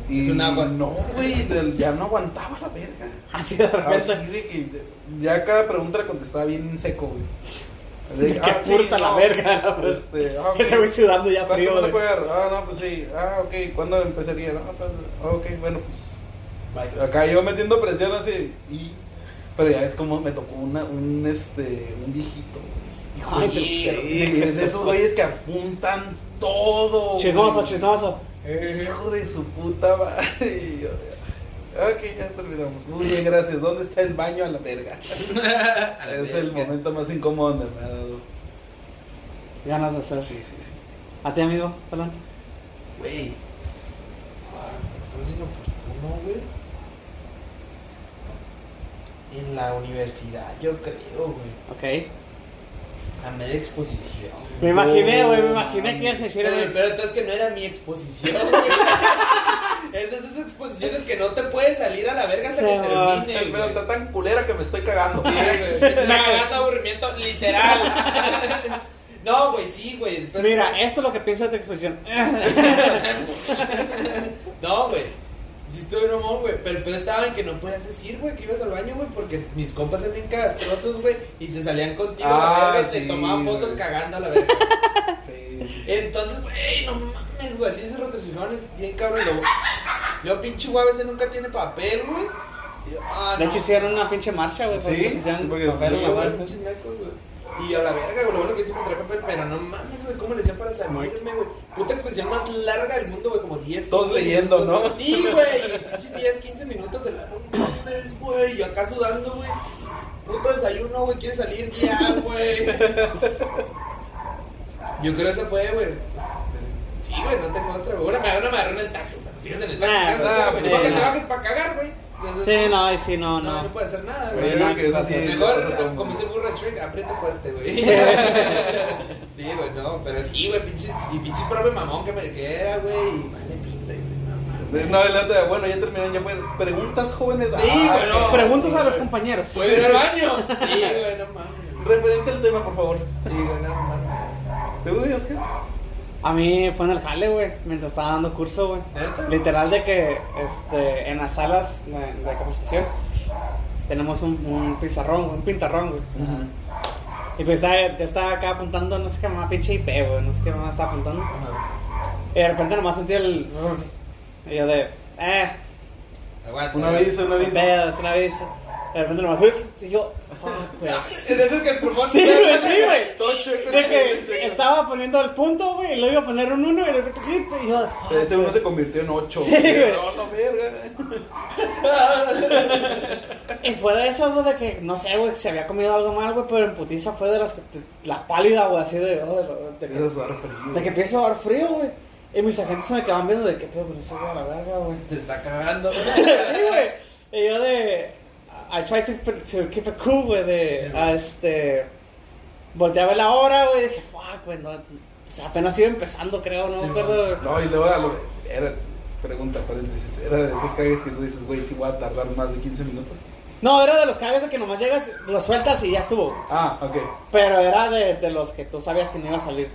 S3: Y
S2: Es un agua.
S3: No, güey, del- ya no aguantaba
S1: [laughs]
S3: la verga.
S1: Así de
S3: Así
S1: repente.
S3: de que de- ya cada pregunta la contestaba bien seco,
S1: [laughs]
S3: güey. "Ah,
S1: De que puta la verga, la
S3: Este, ah,
S1: [laughs] Ese güey sudando ya
S3: ¿Cuánto
S1: frío.
S3: me
S1: güey.
S3: pagar? Ah, no, pues sí. Ah, ok. ¿Cuándo empezaría? No, pues, ah, ok, bueno, pues. bye. Acá yo metiendo presión así. Y, pero ya es como me tocó una, un, este, un viejito. Hijo
S1: Ay,
S3: de-
S1: pero-
S3: de- es de esos güeyes que apuntan todo. güey. Eh,
S1: Chismoso, chismoso.
S3: Hijo de su puta madre. [laughs] Y yo, ok, ya terminamos. Muy bien, gracias. ¿Dónde está el baño a la verga? es el momento más incómodo donde me ha dado.
S1: Ganas de hacer.
S3: Sí, sí, sí.
S1: A ti, amigo, perdón.
S2: Güey. Ah, entonces lo oportuno, güey. En la universidad, yo creo, güey.
S1: Ok.
S2: A media exposición.
S1: Me imaginé, güey, me imaginé que ibas a decir
S2: Pero,
S1: eso.
S2: pero entonces que no era mi exposición, güey. [laughs] Es de esas exposiciones que no te puedes salir a la verga hasta que
S1: Se va.
S2: termine.
S3: Pero
S2: güey.
S3: está tan culera que me
S2: [laughs]
S3: estoy cagando.
S2: Sí, güey. Te
S3: [laughs]
S2: está cagando aburrimiento literal. [laughs] No, güey, sí, güey. Entonces,
S1: Mira, esto es lo que pienso de tu exposición.
S2: No, güey. Sí estuve mamón, güey. Pero el pedo estaba en que no podías decir, güey, que ibas al baño, güey, porque mis compas eran bien castrosos, güey, y se salían contigo a la
S3: Ah,
S2: verga y
S3: sí,
S2: te tomaban
S3: güey.
S2: fotos cagando a la verga. [laughs]
S3: Sí, sí, sí.
S2: Entonces, güey, no mames, güey, así se retorsionaban, es bien cabrón. Yo, yo pinche güey, a veces nunca tiene papel, güey. Y yo, ah,
S1: De
S2: no.
S1: hecho, hicieron una pinche marcha, güey. porque
S3: Sí,
S1: pusieron
S3: porque-
S1: papel en
S2: Sí,
S1: la
S2: güey,
S1: bolsa.
S3: pues,
S2: pinches nacos, güey. Y a la verga, güey, lo bueno que hice encontré papel, pero no mames, güey, ¿cómo le hacía para salirme, güey? Puta expresión más larga del mundo, güey, como 10
S3: Todos
S2: 15
S3: leyendo,
S2: minutos,
S3: ¿no?
S2: güey. Sí, güey, pinche 10, 15 minutos de la no mames, güey, y acá sudando, güey. Puto desayuno, güey, quiere salir ya, güey. Yo creo que esa fue, güey. Sí, güey, no tengo otra, güey. Una me una me agarró en el taxi, güey. Si sigues en el taxi,
S1: Ah,
S2: ¿qué vas a hacer,
S3: ah,
S2: güey? Ni modo que
S1: sí,
S2: te
S1: no.
S2: bajes para cagar, güey. Entonces,
S1: Sí, no, y sí, no,
S2: no, no,
S1: no.
S2: puede hacer nada,
S3: Pero yo
S2: güey.
S3: creo que eso sí.
S2: Mejor, ah, como dice el burro de Shrek, aprieta fuerte, güey. sí, güey, no, pero sí, güey, pinches, y pinche profe mamón que me queda, güey, y vale pinta, y de mamá. güey.
S3: No, adelante, bueno, ya terminaron. Ya fueron preguntas jóvenes.
S2: Sí,
S3: Ah,
S2: pero no.
S3: ok.
S1: Preguntas a los compañeros.
S2: ¿Puedo ir al baño? Sí, güey, no mames.
S3: Referente al tema, por favor.
S2: Sí, güey, no mames.
S3: ¿Te voy, Oscar?
S1: A mí fue en el jale, güey, mientras estaba dando curso, güey.
S2: ¿Neta?
S1: Literal de que este, en las salas de, de capacitación tenemos un, un pizarrón, un pintarrón, güey. Y pues estaba, yo estaba acá apuntando, no sé qué más, pinche IP, güey, no sé qué más estaba apuntando. Y de repente nomás sentí el... Y yo de... Eh,
S2: Aguanta.
S3: Un
S2: güey.
S3: aviso, un
S1: un
S3: aviso.
S1: pedo, es una vez. De repente nomás... Y yo... Fuck, güey.
S2: Ah, En eso que el tromón.
S1: Sí, güey, sí, güey.
S2: Todo chueco,
S1: De
S2: todo chueco.
S1: que estaba poniendo el punto, güey, y lo iba a poner un 1 y de repente... Y yo de... fuck,
S3: Ese uno
S1: güey.
S3: se convirtió en ocho.
S1: Sí, güey.
S3: No, no, verga.
S1: "Ah, Y fue de esas, güey, de que, no sé, güey, que se había comido algo mal, güey, pero en putiza fue de las que, te- la pálida, güey, así de, oh, de,
S3: Eso es
S1: que,
S3: sudar frío.
S1: de que empieza a dar frío, güey. Y mis agentes se me quedaban viendo de qué pedo con ese güey a la verga, güey. [laughs]
S2: Te está cagando.
S1: sí, güey. Y yo de, I tried to, to keep it cool, güey, de,
S2: Sí, güey.
S1: a este, volteé a ver la hora, güey, y dije, fuck, güey, no, o sea, apenas iba empezando, creo, no
S2: Sí,
S1: me acuerdo, güey.
S3: No, y luego a lo- era pregunta paréntesis, era de esos cagues que tú dices, güey, si voy a tardar más de 15 minutos.
S1: No, era de los cagues de que nomás llegas, lo sueltas y ya estuvo,
S3: Ah, ok.
S1: Pero era de, de los que tú sabías que no iba a salir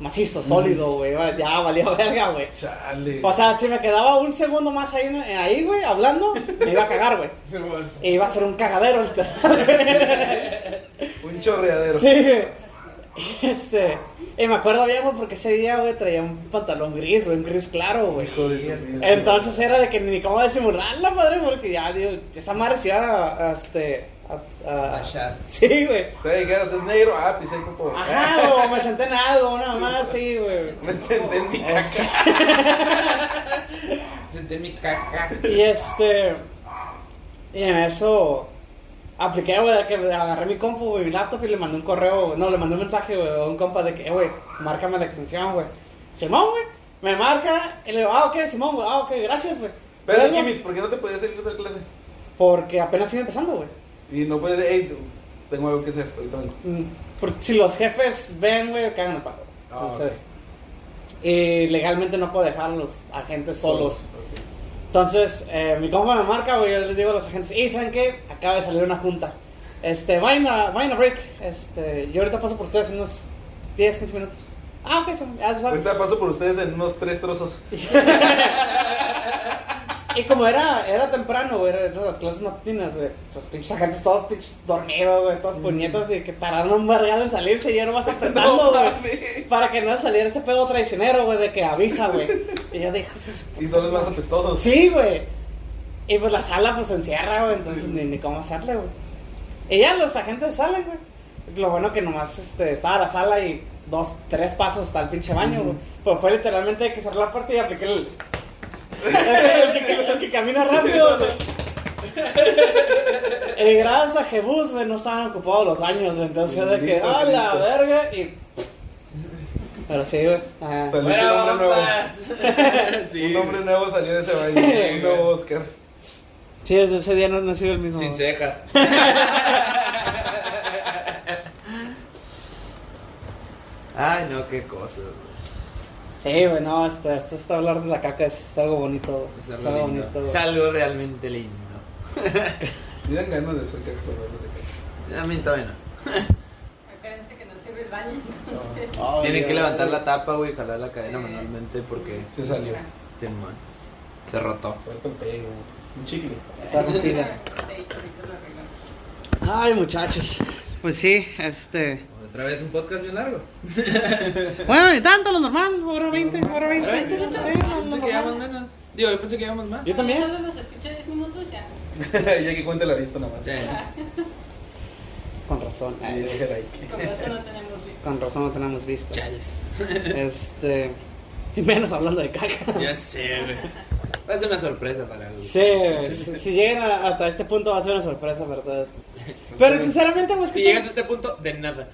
S1: macizo, sólido, güey. iba- Ya valía verga, güey.
S3: Chale.
S1: O sea, si me quedaba un segundo más ahí, en- eh, ahí, güey, hablando, me iba a cagar, güey. E iba a ser un cagadero. literal,
S3: un chorreadero.
S1: güey. [laughs] sí, güey. Este, y me acuerdo bien, güey, porque ese día, güey, traía un pantalón gris, güey, un gris claro, güey.
S3: Hijo de tu vida.
S1: Entonces era de que ni cómo disimularla, padre, porque ya, digo, esa madre se iba a, a, este, a- a-
S2: Achar.
S1: Sí, güey.
S3: Te dijeron, es negro, ah, pisé el popo.
S1: Ajá, o me senté en algo, una mamá así, güey.
S3: Me senté en mi
S2: Ah.
S3: caca.
S2: Senté mi caca.
S1: Y este. Y en eso. Apliqué, güey, de que agarré mi compu, güey, mi laptop y le mandé un correo, no, le mandé un mensaje, güey, a un compa de que, eh, güey, márcame la extensión, güey. Simón, güey, me marca, y le digo, ah, ok, Simón, güey, ah, ok, gracias, güey.
S3: Pero
S1: Luego,
S3: aquí, mis, ¿por qué no te podías salir de la clase?
S1: Porque apenas iba empezando, güey.
S3: Y no puedes, hey, tú, tengo algo que hacer, ahorita vengo.
S1: Mm, Porque si los jefes ven, güey, cagan a palo.
S3: Ah,
S1: Entonces, y legalmente no puedo dejar a los agentes solos.
S3: Ok.
S1: Entonces, eh, mi compa me marca, güey, yo les digo a los agentes, y ¿saben qué? Acaba de salir una junta. Este, vayan a, vayan a break. Este, yo ahorita paso por ustedes unos 10, 15 minutos. Ah, ok, son, ya se sabe.
S3: Ahorita paso por ustedes en unos tres trozos.
S1: y como era, era temprano, güey, eran las clases matutinas, güey. Esos pinches agentes todos pinches dormidos, güey, todas puñetas y que pararon un barrial en salirse y ya no vas apretando, güey. para que no saliera ese pedo traicionero, güey, de que avisa, güey. Y yo dije, "Hijo de su
S3: Y son los más apestosos.
S1: Sí, güey. Y pues la sala pues se encierra, güey, entonces ni, ni cómo hacerle, güey. Y ya los agentes salen, güey. Lo bueno que nomás este, estaba la sala y dos, tres pasos hasta el pinche baño, güey. Pues fue literalmente de que cerré la puerta y apliqué
S3: [laughs]
S1: el... el, que, el que camina rápido,
S3: [laughs]
S1: güey. Y gracias a Jebus, güey, no estaban ocupados los baños, güey. Entonces fue de que,
S3: Bendito
S1: ¡ah, la
S3: Cristo".
S1: verga! Y... Pero sí, güey. ajá.
S3: Feliz
S2: Bueno,
S3: el hombre nuevo.
S2: vamos. sí.
S3: Un hombre nuevo salió de ese baño. Un nuevo Oscar.
S1: Sí, desde ese día no, no he sido el mismo.
S2: Sin
S1: güey.
S2: cejas. Ay, no, qué cosas. güey.
S1: Sí, güey, no, esto, esto, esto hablar de la caca es algo bonito, güey.
S2: Es
S1: es
S2: algo
S1: algo
S2: lindo.
S1: bonito. güey.
S2: Es algo realmente lindo.
S3: Sí dan ganas de ser cactus, de
S2: A mí todavía no.
S4: Acuérdense que no sirve el baño.
S1: Ay,
S2: Tienen que
S1: güey.
S2: levantar la tapa, güey, y jalar la cadena manualmente porque
S3: Se salió.
S2: Simón, se rotó.
S3: Ahorita pego. Un chicle. [laughs]
S1: Está
S2: Pues
S1: metida. Ay, muchachos. Pues sí, este.
S2: Otra vez un podcast bien largo.
S1: Bueno, ni tanto, lo normal. Hora 20, hora 20.
S2: Ahora,
S1: Sí,
S2: yo
S1: lo
S2: pensé que llevamos
S1: normal.
S2: menos. Digo, yo pensé que llevamos más.
S1: Yo también.
S4: Solo nos escucha 10 minutos ya.
S3: ya que cuente la vista nomás.
S2: Sí.
S1: Con razón.
S3: Y
S1: ay,
S3: deje like.
S4: Con eso no tenemos
S1: con razón no tenemos visto.
S2: Chales.
S1: Este. Y menos hablando de caca.
S2: Ya sé, güey. Va a ser una sorpresa para el.
S1: Sí, güey, si, si llegan a- hasta este punto va a ser una sorpresa, ¿verdad? Pero sinceramente, pues
S2: Pues Si
S1: que-
S2: llegas a este punto, de nada.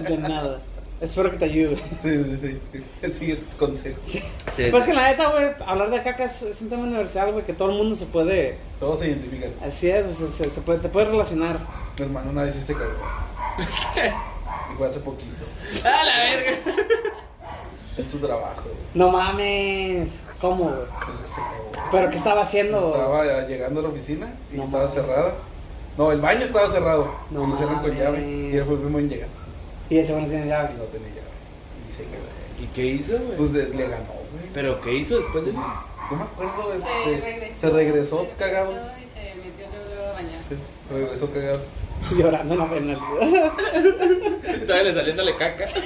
S1: De nada. Espero que te ayude.
S3: Sí, sí, sí. Sigue tus consejos.
S2: Sí.
S1: Pues que la neta, güey, hablar de caca es, es un tema universal, güey, que todo el mundo se puede.
S3: Todos se identifican.
S1: Así es, o sea, se, se puede, te puedes relacionar.
S3: Mi hermano una vez sí se cagó. Y fue hace poquito.
S2: ¡A la verga!
S3: En tu trabajo. güey.
S1: No mames, ¿cómo, güey?
S3: Entonces se cagó.
S1: ¿Pero qué estaba haciendo? güey?
S3: Estaba ya llegando a la oficina y
S1: No
S3: estaba
S1: mames.
S3: cerrada. No, el baño estaba cerrado.
S1: No
S3: No, lo cerraron con
S1: mames.
S3: llave. Y él fue el mismo en llegar.
S1: Y ese bueno tiene
S3: Y
S1: llave.
S3: no tenía llave. Y se cagó.
S2: ¿Y qué hizo, güey?
S3: Pues de- le ganó, güey.
S2: ¿Pero qué hizo después de eso? [laughs]
S3: No me acuerdo.
S4: Se
S3: Este,
S4: regresó.
S3: se regresó
S4: se
S3: cagado.
S4: regresó Y se metió luego luego a bañar.
S3: Sí, se regresó cagado.
S1: Llorando en la penalidad.
S2: Todavía le saliéndole caca. [laughs]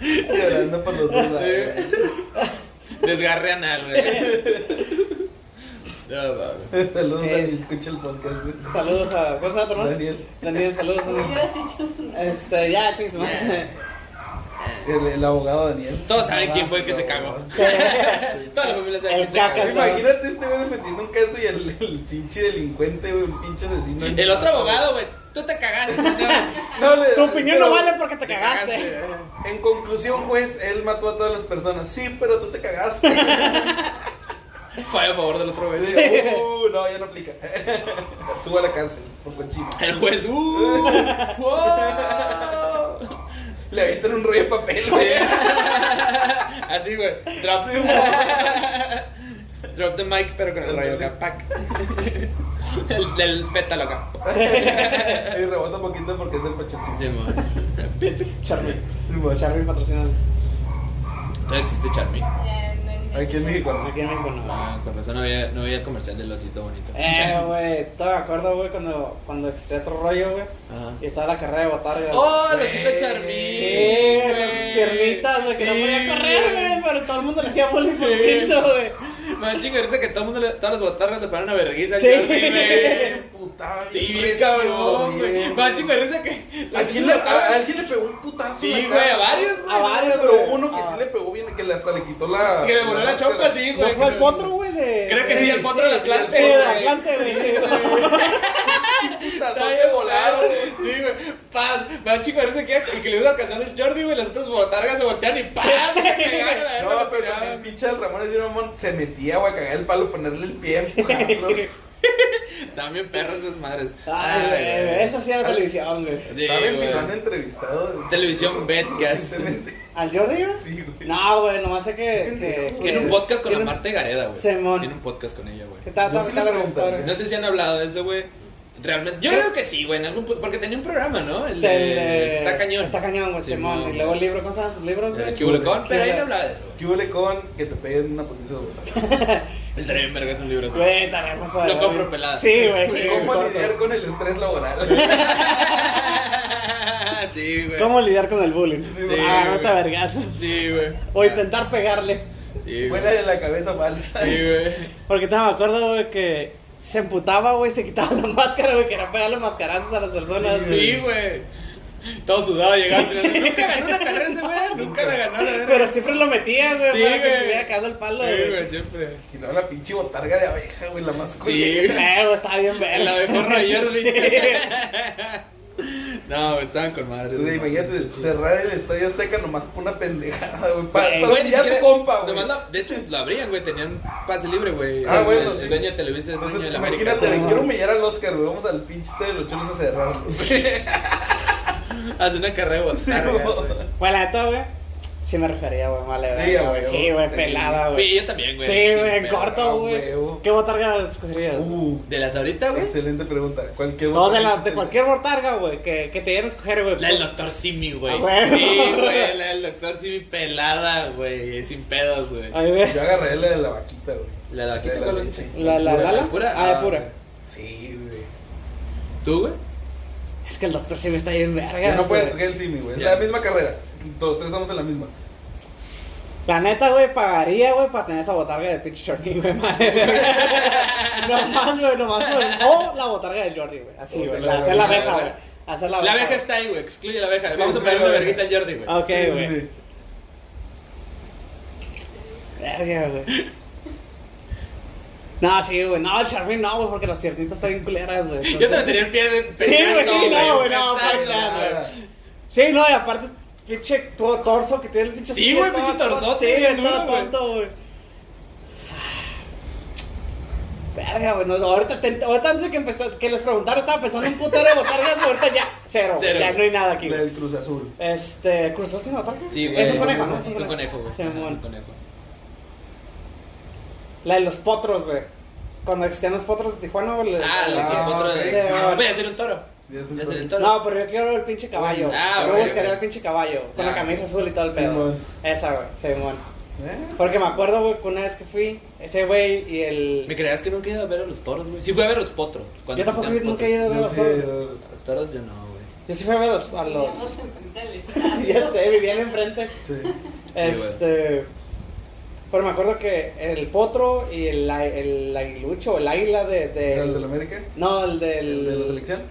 S3: Llorando por los dos lados. güey. [laughs]
S2: Desgarre anal, güey. No, mames.
S3: Saludos,
S1: Sí.
S3: Daniel. Escucha el podcast, güey.
S1: [laughs] Saludos a. ¿Cómo se llama tu hermano?
S3: Daniel.
S1: Daniel, saludos,
S4: No
S1: Daniel.
S4: hubieras dicho su nombre.
S1: Este, ya, chicos,
S3: El, el abogado Daniel.
S2: Todos saben
S3: Ah,
S2: quién fue el que se cagó. [laughs] Toda la familia sabe
S1: El
S2: quién se cagó.
S1: caca.
S3: Imagínate este güey defendiendo un caso y el, el pinche delincuente, güey, un pinche asesino.
S2: El otro abogado, güey. Tú te cagaste. No,
S3: No, le-
S1: Tu opinión
S3: pero- eh,
S1: no vale porque te
S2: te
S1: cagaste.
S2: cagaste.
S3: En conclusión, juez, él mató a todas las personas. Sí, pero tú te
S1: [laughs]
S3: cagaste.
S2: Fue a favor del otro güey.
S3: uh, no, ya no aplica. [laughs] tú a la cárcel, por cochino.
S2: El juez, uh, wow. [laughs]
S3: Le avientan un rollo de papel, güey.
S2: Así, güey. Drop, drop the mic, pero con el rayo acá. Pac. [laughs] El, el pétalo acá.
S3: [laughs] Y rebota un poquito porque es el pachoncito.
S2: Sí, mo.
S1: Charmin.
S3: Sí, bueno.
S1: Charmin patrocinantes.
S2: Todavía existe Charmy.
S4: Ya, no, no,
S3: Aquí en
S4: no.
S3: México, ¿no?
S1: Aquí en México no.
S2: Ah, con razón no había, no había comercial del osito bonito.
S1: Eh, güey, todo me acuerdo, güey, cuando, cuando existía otro rollo, güey.
S2: Ajá.
S1: Y estaba la carrera de botar, güey.
S2: ¡Oh, el
S3: Güey.
S2: osito Charmy!
S1: Sí, güey, con sus piernitas, güey, que no
S2: Sí,
S1: podía correr, güey, pero todo el mundo le hacía bullying por el
S2: Sí.
S1: piso, güey.
S2: Man, chico, dice que todo el mundo le- todas las botargas le paran a vergüenza. al
S1: Sí.
S2: Charmy, güey.
S3: Puta,
S2: Sí, bien
S3: precio,
S2: cabrón, güey.
S3: bien.
S2: Más chico, dice que.
S3: ¿A quién le, a- a alguien le pegó un putazo.
S2: Sí,
S3: neta?
S2: güey, a varios,
S1: A varios,
S3: Pero
S1: güey.
S3: uno que
S1: Ah.
S3: sí le pegó bien, que le hasta le quitó la.
S2: Que le voló la chompa, sí,
S1: ¿No
S2: güey.
S1: fue el potro, güey? De...
S2: Creo que sí, el potro del Atlante.
S1: Sí, de
S2: güey.
S1: Atlante,
S2: [laughs]
S1: güey. sí, güey.
S3: Putazo
S2: Está
S3: de
S2: bien volado, güey. Sí, güey. ¡Pam! Man, chico, dice que el que le iba a cantar el Jordi, güey. Las otras botargas se voltean y ¡pam! Se cagaron, la verga,
S3: No,
S2: lo
S3: pero
S2: tiraban.
S3: el pinche Ramón es de mamón. Se metía, güey, a cagar el palo, ponerle el pie, empujarlo.
S2: También perros esas madres.
S1: Ay, güey, Ah, eso sí era televisión, güey.
S2: Sí,
S3: ¿Saben si
S2: güey.
S3: lo han entrevistado?
S2: Televisión Betgas.
S3: Recientemente.
S1: ¿Al Jordi, güey?
S3: Sí, güey.
S1: No, güey, nomás sé que... este, que-
S2: Tiene un podcast con la
S1: Eh, tiene-
S2: Marta Gareda, güey.
S1: Simón.
S2: Tiene un podcast con ella, güey.
S1: Que estaba
S3: Yo
S1: estaba
S3: sí le
S1: estaba vergonzoso,
S3: preguntaría.
S2: No sé si han hablado de eso, güey. Realmente, yo
S1: ¿Qué?
S2: creo que sí, güey, en algún punto, porque tenía un programa, ¿no? El,
S1: Del,
S2: de-
S1: eh,
S2: Está cañón.
S1: Está cañón, güey, Simón.
S2: Simón.
S1: Y luego el libro, ¿cómo se llaman sus libros,
S2: Eh,
S1: güey?
S2: ¿Qué hubo con?
S1: ¿Qué
S2: Pero ahí
S1: hubo?
S2: no hablaba de eso, güey.
S3: ¿Qué huele con que te peguen una putiza de volada?
S2: Estaría bien verga es un libro. así.
S1: Güey, también pasó de
S2: Lo
S1: verga.
S2: compro pelada.
S1: Sí, güey. sí,
S3: ¿Cómo
S1: corto.
S3: lidiar con el estrés laboral?
S2: [laughs] sí, güey.
S1: ¿Cómo lidiar con el bullying?
S2: Sí,
S1: ah, no
S2: güey.
S1: te vergas.
S2: Sí, güey.
S1: O intentar pegarle.
S2: Sí, güey.
S3: Vuela de la cabeza mal.
S2: Sí, güey.
S1: Porque también me acuerdo, güey, que se emputaba, güey, se quitaba la [laughs] máscara, güey, quería pegarle mascarazos a las personas, güey.
S2: Sí, güey. Todo sudado llegaste. Nunca ganó una carrera ese güey. Nunca la ganó la verga.
S1: Pero siempre lo metía, güey,
S2: Sí,
S1: para que
S2: güey.
S1: se hubiera cagado el palo,
S2: Sí,
S1: güey.
S2: güey, siempre.
S3: Y luego la pinche botarga de abeja, güey, la más culera.
S2: Sí, güey.
S1: Eh, güey, estaba bien verga.
S2: La de Jorra
S1: [laughs] Sí.
S2: Jordi. No, güey, estaban con madres.
S3: Entonces, imagínate
S2: Eh,
S3: cerrar el estadio Azteca nomás por una pendejada, güey. Para,
S1: Güey,
S3: para
S2: Güey, ni
S3: humillar a
S2: siquiera-
S3: tu compa, güey.
S2: nomás la- de hecho, lo abrían, güey. Tenían pase libre, güey.
S3: Ah,
S2: El-
S3: bueno,
S2: El,
S3: sí.
S2: dueño de Televisa es dueño de
S3: Entonces,
S2: la América.
S3: imagínate,
S1: güey.
S3: güey, quiero humillar al Oscar, güey. Vamos al pinche estadio de los cholos a cerrarlo.
S2: Hace una carrera de botargas, güey.
S1: Güey, Pues, la neta, güey, sí me refería, güey, vale,
S3: Sí,
S1: verga, güey.
S3: güey,
S1: Sí, güey,
S3: sí.
S1: pelada,
S2: Güey,
S1: Ah, güey.
S2: yo también,
S1: Sí,
S2: uh, güey.
S1: güey,
S2: sin
S1: en
S2: pedo. uh.
S1: corto, güey.
S3: huevo.
S1: ¿Qué botarga escogerías?
S3: [laughs] Uh,
S2: ¿De las ahorita, güey?
S3: excelente pregunta. Cualquier
S1: No, de,
S3: botarga
S1: la,
S3: existe.
S1: de cualquier botarga, güey, que, que te dieran a escoger, güey.
S2: La del doctor Simi, güey.
S1: Ah, güey.
S2: Sí, güey, la del doctor Simi pelada, güey. Sin pedos, güey.
S1: Ay, güey.
S3: Yo agarré la de la vaquita, güey.
S2: La de vaquita,
S3: De
S2: ¿cuál es?
S3: leche.
S1: ¿La, la,
S2: ¿La
S1: la, la?
S2: pura?
S1: Ah, de
S2: Ah,
S1: pura.
S3: Sí, güey.
S2: ¿Tú, güey?
S1: Es que el doctor sí me está bien verga.
S3: Yo no puedo
S1: güey.
S3: escoger el Simi, güey. Es
S2: Ya.
S3: la misma carrera. Todos tres estamos en la misma.
S1: La neta, güey, pagaría, güey, para tener esa botarga de pinche Jordi, güey, madre. nomás, güey, nomás. güey. O la botarga del Jordi, güey. Así, güey.
S3: La-
S1: la- Hacer la
S3: la-
S1: abeja,
S2: la-
S1: güey. Hacer la abeja.
S2: La abeja
S1: güey.
S2: está ahí, güey. Excluye la abeja.
S3: Sí,
S2: Vamos a
S3: sí,
S2: pegar
S3: la
S2: una
S3: abeja.
S2: verguita al Jordi, güey.
S1: Ah, Ok,
S3: Sí, sí,
S1: güey.
S3: sí.
S1: Verga, güey. No, sí, güey. No, el Charmin no, güey, porque las piernitas están bien culeras, güey.
S2: Yo te
S1: Entonces-
S2: metería el pie de
S1: Sí, güey, sí, no, güey, no,
S2: pensando,
S1: fuck that,
S3: Ah,
S2: güey.
S1: güey. Sí, no, y aparte, pinche tu- torso que tiene el pinche.
S2: Sí,
S1: silla,
S2: güey, pinche
S1: todo-
S2: torsote,
S1: Sí,
S2: bien
S1: güey, todo
S2: duro, güey.
S1: tonto, güey. Verga, güey, no, ahorita, te- ahorita antes de que, empezar, que les preguntara, estaba pensando en putero de botargas, güey, ahorita ya, cero,
S2: Cero.
S1: ya no hay nada aquí,
S3: La
S1: güey.
S3: del Cruz Azul.
S1: Este, ¿Cruz Azul tiene botargas?
S2: Sí, güey.
S1: Es un conejo, ¿no?
S2: Es un conejo, güey.
S1: Sí,
S2: Ajá, Es
S1: mon.
S2: un conejo.
S1: La de los potros, güey. Cuando existían los potros de Tijuana, güey. le-
S2: Ah, la que
S3: Ah,
S2: otro
S3: ok.
S2: de.
S1: Sí,
S2: Ah,
S1: güey.
S2: Voy a hacer un toro.
S3: Ya es
S2: Voy a hacer el
S3: el
S2: toro.
S1: No, pero yo quiero el pinche caballo.
S2: Ah,
S1: yo
S2: güey,
S1: buscaría
S2: güey.
S1: el pinche caballo. Con
S2: Ah.
S1: la camisa azul y todo el pedo.
S3: Simón.
S1: Esa, güey, Simón.
S3: ¿Eh?
S1: Porque me acuerdo, güey, que una vez que fui, ese güey y
S2: ¿Me
S1: el.
S2: creerás que nunca he ido a ver a los toros, güey? Sí, fui a ver a los potros. cuando
S1: Yo tampoco
S2: existían
S1: nunca
S2: potros.
S1: he ido a ver
S3: No
S1: los
S3: sé,
S1: toros.
S2: Toros yo no, güey.
S1: Yo sí fui a ver los- a los. [laughs]
S4: Vivíamos enfrente del [laughs]
S1: ya
S4: estadio.
S1: sé, vivían enfrente.
S3: sí.
S1: Este. Pero me acuerdo que el potro y el, a- el aguilucho, el águila de. de-
S3: ¿El del América?
S1: No, el del.
S3: ¿El de la selección?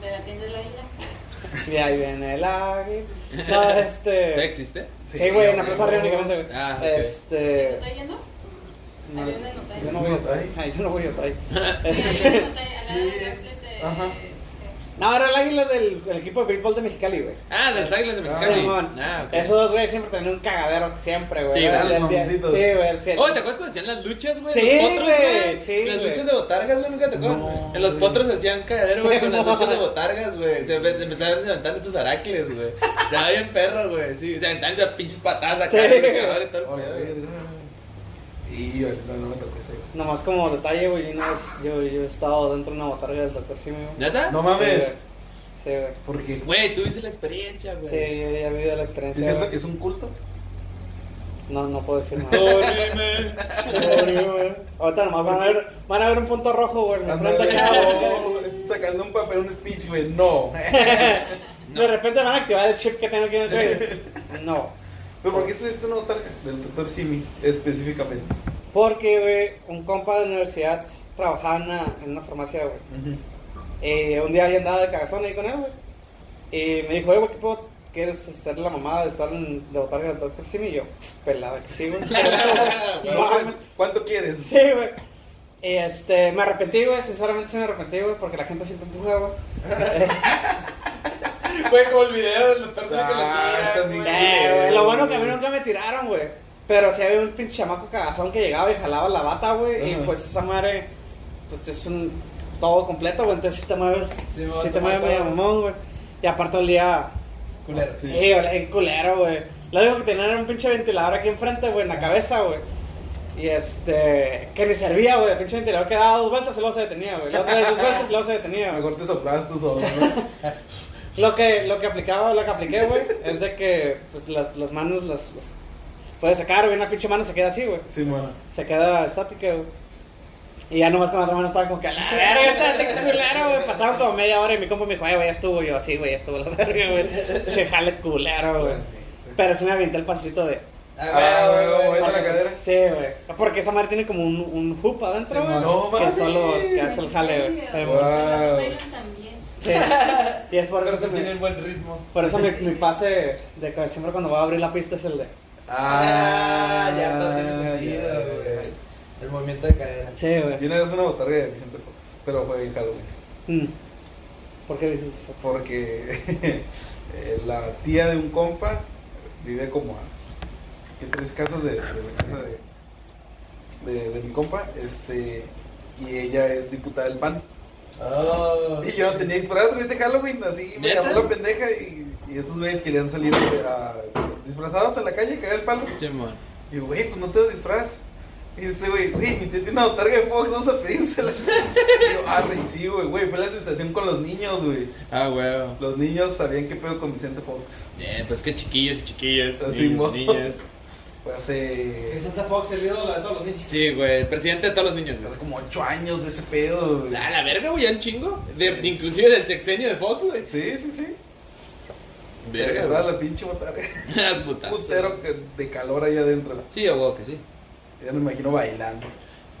S4: De la tienda de la isla.
S1: Y ahí viene el águila. No,
S2: ¿Todavía
S1: este.
S2: existe?
S1: Sí, güey, en la
S3: Sí,
S1: plaza
S3: güey.
S1: arriba únicamente, güey.
S2: Ah, ok.
S4: ¿No
S3: Eh,
S1: Este.
S4: está yendo?
S1: No,
S4: Había una nota ahí. [laughs]
S1: yo no voy a
S3: Notay.
S1: [laughs] Ay, yo no voy a Otay.
S4: Había una nota ahí, al lado
S3: Sí.
S4: del outlet de-
S3: Ajá.
S4: sí.
S1: No, era el águila del, del equipo de béisbol de Mexicali, güey.
S2: Ah, del Águilas de Mexicali.
S1: Simón.
S2: Ah, ok.
S1: Esos dos güeyes siempre tenían un cagadero, siempre, güey.
S2: Sí, güey,
S1: Era
S3: los
S1: el día- Sí,
S3: mamoncitos.
S1: güey. sí.
S2: Oh, ¿te acuerdas cuando hacían las luchas, güey?
S1: Sí,
S2: Los potros,
S1: güey,
S2: güey.
S1: sí,
S2: Las
S1: güey.
S2: luchas de botargas, güey, nunca te acuerdas.
S3: No,
S2: güey? en los
S3: güey.
S2: potros hacían cagadero, güey, con las
S1: No.
S2: luchas de botargas, güey. Se, se empezaban a levantar esos araques, güey. Estaba bien perro, güey. Sí, se aventaban esas pinches patadas acá,
S1: Sí.
S2: el luchador y todo el
S3: Hola,
S2: pedo.
S3: verga. Y ahorita no me tocó ese. güey.
S1: Nomás como detalle, güey, yo, una vez- yo, yo he estado dentro de una botarga del doctor Simi, güey.
S2: ¿Neta?
S3: No mames.
S1: Sí, güey.
S3: Porque
S2: Güey, tuviste la experiencia, güey.
S5: [laughs]
S1: Sí, yo ya he vivido la
S3: es
S1: experiencia.
S3: cierto
S1: güey.
S3: que es un culto.
S1: No, no puedo decir
S3: [laughs]
S1: nada.
S2: Correme.
S1: Pobre, güey. Ahorita nomás van a ver, van a ver un punto rojo, güey. Me enfrenta
S3: Ándale,
S1: acá,
S3: no,
S1: güey.
S3: estoy Sacando un papel, un speech, güey. No.
S1: De repente van a activar el chip que tengo aquí en el
S3: [laughs]
S1: cuello. No.
S3: Pero porque esto es una botarga del doctor Simi, específicamente.
S1: Porque, güey, un compa de la universidad trabajaba en una, en una farmacia, güey. Eh, un día había andado de cagazón ahí con él, güey. Y me dijo, "Ey, güey, ¿qué puedo? ¿Quieres estar la mamada de estar en, de botarga del Dr. Simi? Y yo, pelada que sí,
S2: [laughs]
S1: güey.
S3: Pero,
S1: no, mames.
S3: ¿Cuánto quieres?
S1: sí, güey. Y este, me arrepentí, güey, sinceramente sí me arrepentí, güey, porque la gente sí te empuja, güey.
S2: Güey, como el video del doctor Simi que
S3: Ah,
S2: la
S3: también.
S2: tira, güey.
S1: Eh, güey, lo bueno que a mí nunca me tiraron, güey. Pero sí había un pinche chamaco cagazón que llegaba y jalaba la bata, güey.
S3: Ajá.
S1: Y pues esa madre, pues es un todo completo, güey. Entonces si te mueves, si
S2: Sí, me va a
S1: te
S2: tomar
S1: mueves medio
S2: todo.
S1: mamón, güey. Y aparte olía,
S2: Culero.
S1: sí, olía bien culero, güey. Lo único que tenían era un pinche ventilador aquí enfrente, güey, en la cabeza, güey. Y este, que ni servía, güey, de pinche ventilador que daba dos vueltas y luego se detenía, güey. La otra vez dos vueltas y luego se detenía, güey.
S3: Mejor te soplas tú solo, ¿no?
S1: [laughs] Lo que, lo que aplicaba, lo que apliqué, güey, es de que pues, las, las manos las, las puedes sacar, güey. Una pinche mano se queda así, güey.
S3: Sí, mano.
S1: Se queda estática, güey. Y ya nomás con la otra mano estaba como que, "A la verga, está está culero, güey. Pasaron como media hora y mi compa me dijo, ay, güey, ya estuvo. Yo, así, güey, ya estuvo la verga, güey. Che, jale culero, güey. Pero sí me aventé el pasito de...
S3: Ah, güey, güey, güey,
S2: güey.
S3: la cadera.
S1: Sí, güey. Porque esa madre tiene como un, un hoop adentro,
S3: Sí,
S1: güey.
S3: no
S1: que
S3: mames.
S1: solo que hace el jale, güey.
S4: Sí,
S1: Pero-
S4: o-
S3: Wow.
S4: bailan también.
S1: Sí. Y es por
S2: Pero
S1: eso que
S2: se
S1: me-
S2: tiene un buen ritmo.
S1: Por eso mi, mi pase de que siempre cuando voy a abrir la pista es el de.
S2: Ah, ya todo tiene
S3: ya,
S2: sentido,
S3: ya,
S2: güey.
S3: ya.
S2: El movimiento de cadera.
S1: Sí,
S3: Y
S1: güey.
S3: una vez fue una botarga de Vicente Fox, pero fue en Halloween.
S1: Mm. ¿Por qué dices Fox?
S3: Porque [laughs] eh, la tía de un compa vive como a ¿qué? tres casas de, de la casa de, de- de mi compa, este, y ella es diputada del PAN.
S2: Oh.
S3: Y yo no tenía disfraz, güey, de Halloween, así me
S2: ¿Neta?
S3: llamó la pendeja y, y esos güeyes querían salir eh, a- disfrazados a la calle y caer el palo.
S5: Simón.
S3: Y yo, güey, pues no tengo disfraz. Y dice, güey, güey, mi tía tiene una botarga de Fox, vamos a pedírsela. Y yo, ah, güey, sí, güey, güey, fue la sensación con los niños, güey.
S5: Ah, huevo.
S3: Los niños sabían qué pedo con Vicente Fox.
S5: Eh, pues que chiquillos y chiquillas,
S3: Así, mo.
S5: niños, y niñas.
S3: Fue hace,
S1: Santa Fox, el ídolo de todos los niños.
S5: Sí, güey, el presidente de todos los niños, güey.
S3: hace como 8 años de ese pedo, güey.
S5: A la verga, güey, ya un chingo. De- inclusive del sexenio de Fox, güey.
S3: Sí, sí, sí.
S5: Verga,
S3: ¿verdad?
S5: güey.
S3: La pinche botarga.
S5: [laughs] Al putazo.
S3: Putero que- de calor allá adentro.
S5: Sí, a huevo que sí.
S3: Ya me imagino bailando.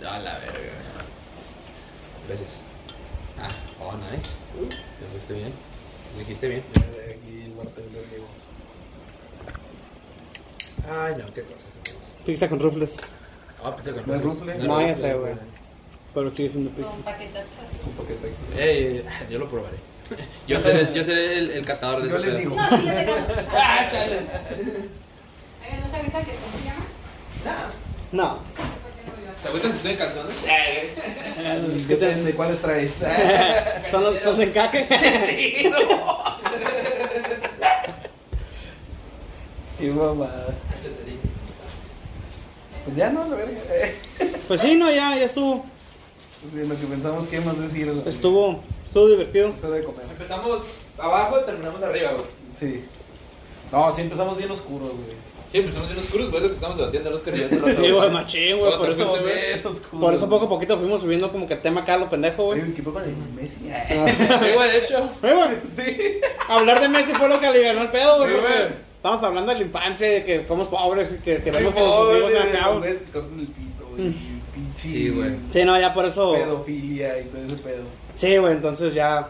S5: A la verga, güey. Gracias. Ah, oh, nice. Te fuiste bien. Dijiste bien.
S3: Eh, Aquí el Martín de Diego.
S5: Ay, no, qué cosa. qué cosa.
S1: Pizza con rufles.
S5: Ah, pensé que
S3: ¿No es rufle?
S5: es
S1: No,
S5: rufle,
S1: ya sé, güey. Pero sigue siendo pizza.
S4: Con
S3: [laughs]
S4: paquetazos.
S3: Disculpa que Texas.
S5: Ey, ah, yo lo probaré. Yo seré, yo seré el, el catador de
S3: Yo
S5: ese
S3: les
S5: pedo.
S3: digo.
S4: No, sí, yo te gano.
S5: Ah, chale.
S4: Oigan, ¿no se ahorita que cómo se llama?
S1: No.
S4: ¿Por qué no me lo
S5: ¿Te gustan si estoy en calzones?
S3: [laughs]
S1: Es que te-
S3: Depende, ¿cuáles traes?
S5: [laughs]
S1: ¿Son, los- son de encaje?
S3: Qué mamada. Pues ya no, la verga.
S1: Pues sí, no, ya, ya estuvo.
S3: De Pues lo que pensamos, ¿qué más decir? a la-
S1: Estuvo, estuvo divertido.
S3: Eso de comer.
S2: Empezamos abajo y terminamos arriba, güey.
S3: Sí. No, sí empezamos bien oscuros, güey.
S5: Sí, pues somos de los cruz, por eso que estamos debatiendo los que hace rato.
S1: [laughs] Sí,
S5: [laughs]
S1: güey, machín, güey. Por eso,
S5: Cuando te fuiste,
S3: Bien oscuros.
S1: por eso poco a poquito fuimos subiendo como que el tema acá, lo pendejo,
S3: Oye,
S1: güey. Ah.
S3: ¿qué pedo con el Messi?
S5: Sí, güey, de hecho.
S1: Eh, güey,
S3: [laughs] Sí.
S1: Hablar de Messi fue lo que alivianó el pedo, güey.
S3: Sí,
S1: porque
S3: güey.
S1: Estamos hablando de la infancia, de que somos pobres y que
S3: Sí,
S1: queremos que nuestros hijos
S3: pobre,
S1: sean acá, güey. Mm.
S3: güey, se cortan el pito, güey. Pinche.
S5: Sí, güey.
S1: Sí, no, ya por eso.
S3: Pedofilia y todo ese pedo.
S1: Sí, güey, entonces ya.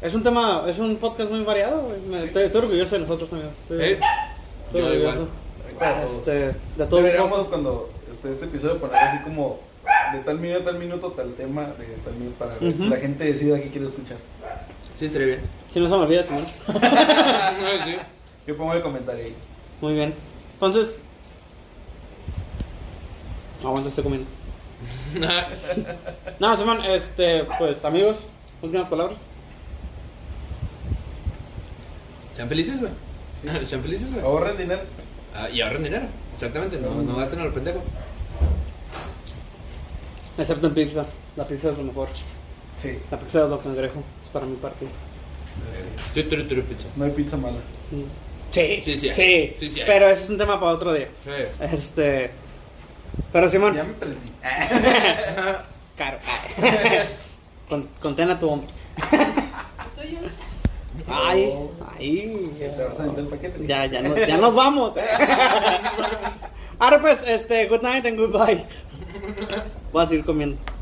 S1: Es un tema, es un podcast muy variado, güey. Me- Estoy, estoy orgulloso de nosotros, amigos. Estoy,
S5: ¿Eh?
S1: estoy
S5: Yo
S1: orgulloso.
S5: igual.
S1: Este, de todo un
S3: Deberíamos
S1: poco.
S3: cuando este, este episodio poner así como de tal minuto a tal minuto tal tema de tal minuto para que
S1: Ujú.
S3: la gente decida qué quiere escuchar.
S5: Sí, estaría bien. [laughs]
S1: Si no se me olvida, si no.
S5: Sí.
S3: Yo pongo el comentario ahí.
S1: Muy bien. Entonces. Aguanta, estoy comiendo. este no, Simón, este, pues amigos, últimas palabras.
S5: Sean felices, güey. Sean felices, güey.
S3: Ahorren dinero.
S5: Ah, y ahorren dinero. Exactamente, no, no gasten a lo pendejo.
S1: Excepto en pizza. La pizza es lo mejor.
S3: Sí.
S1: La pizza de Don Cangrejo. Es para mi parte.
S5: Tú, tú, tú, pizza.
S3: No hay pizza mala.
S1: Mm. Sí,
S5: Sí, sí hay.
S1: sí,
S5: Sí, sí hay.
S1: pero ese es un tema para otro día.
S5: Sí.
S1: Este. Pero Simón,
S3: Ya me perdí.
S1: caro. [laughs] Con, contén a tu hombre.
S4: gano? Estoy yo.
S1: Ay, ay.
S3: Te vas a meter el paquete.
S1: Ya, ya, nos- ya nos vamos. [laughs] Ahora pues, este, good night and goodbye. Voy a seguir comiendo.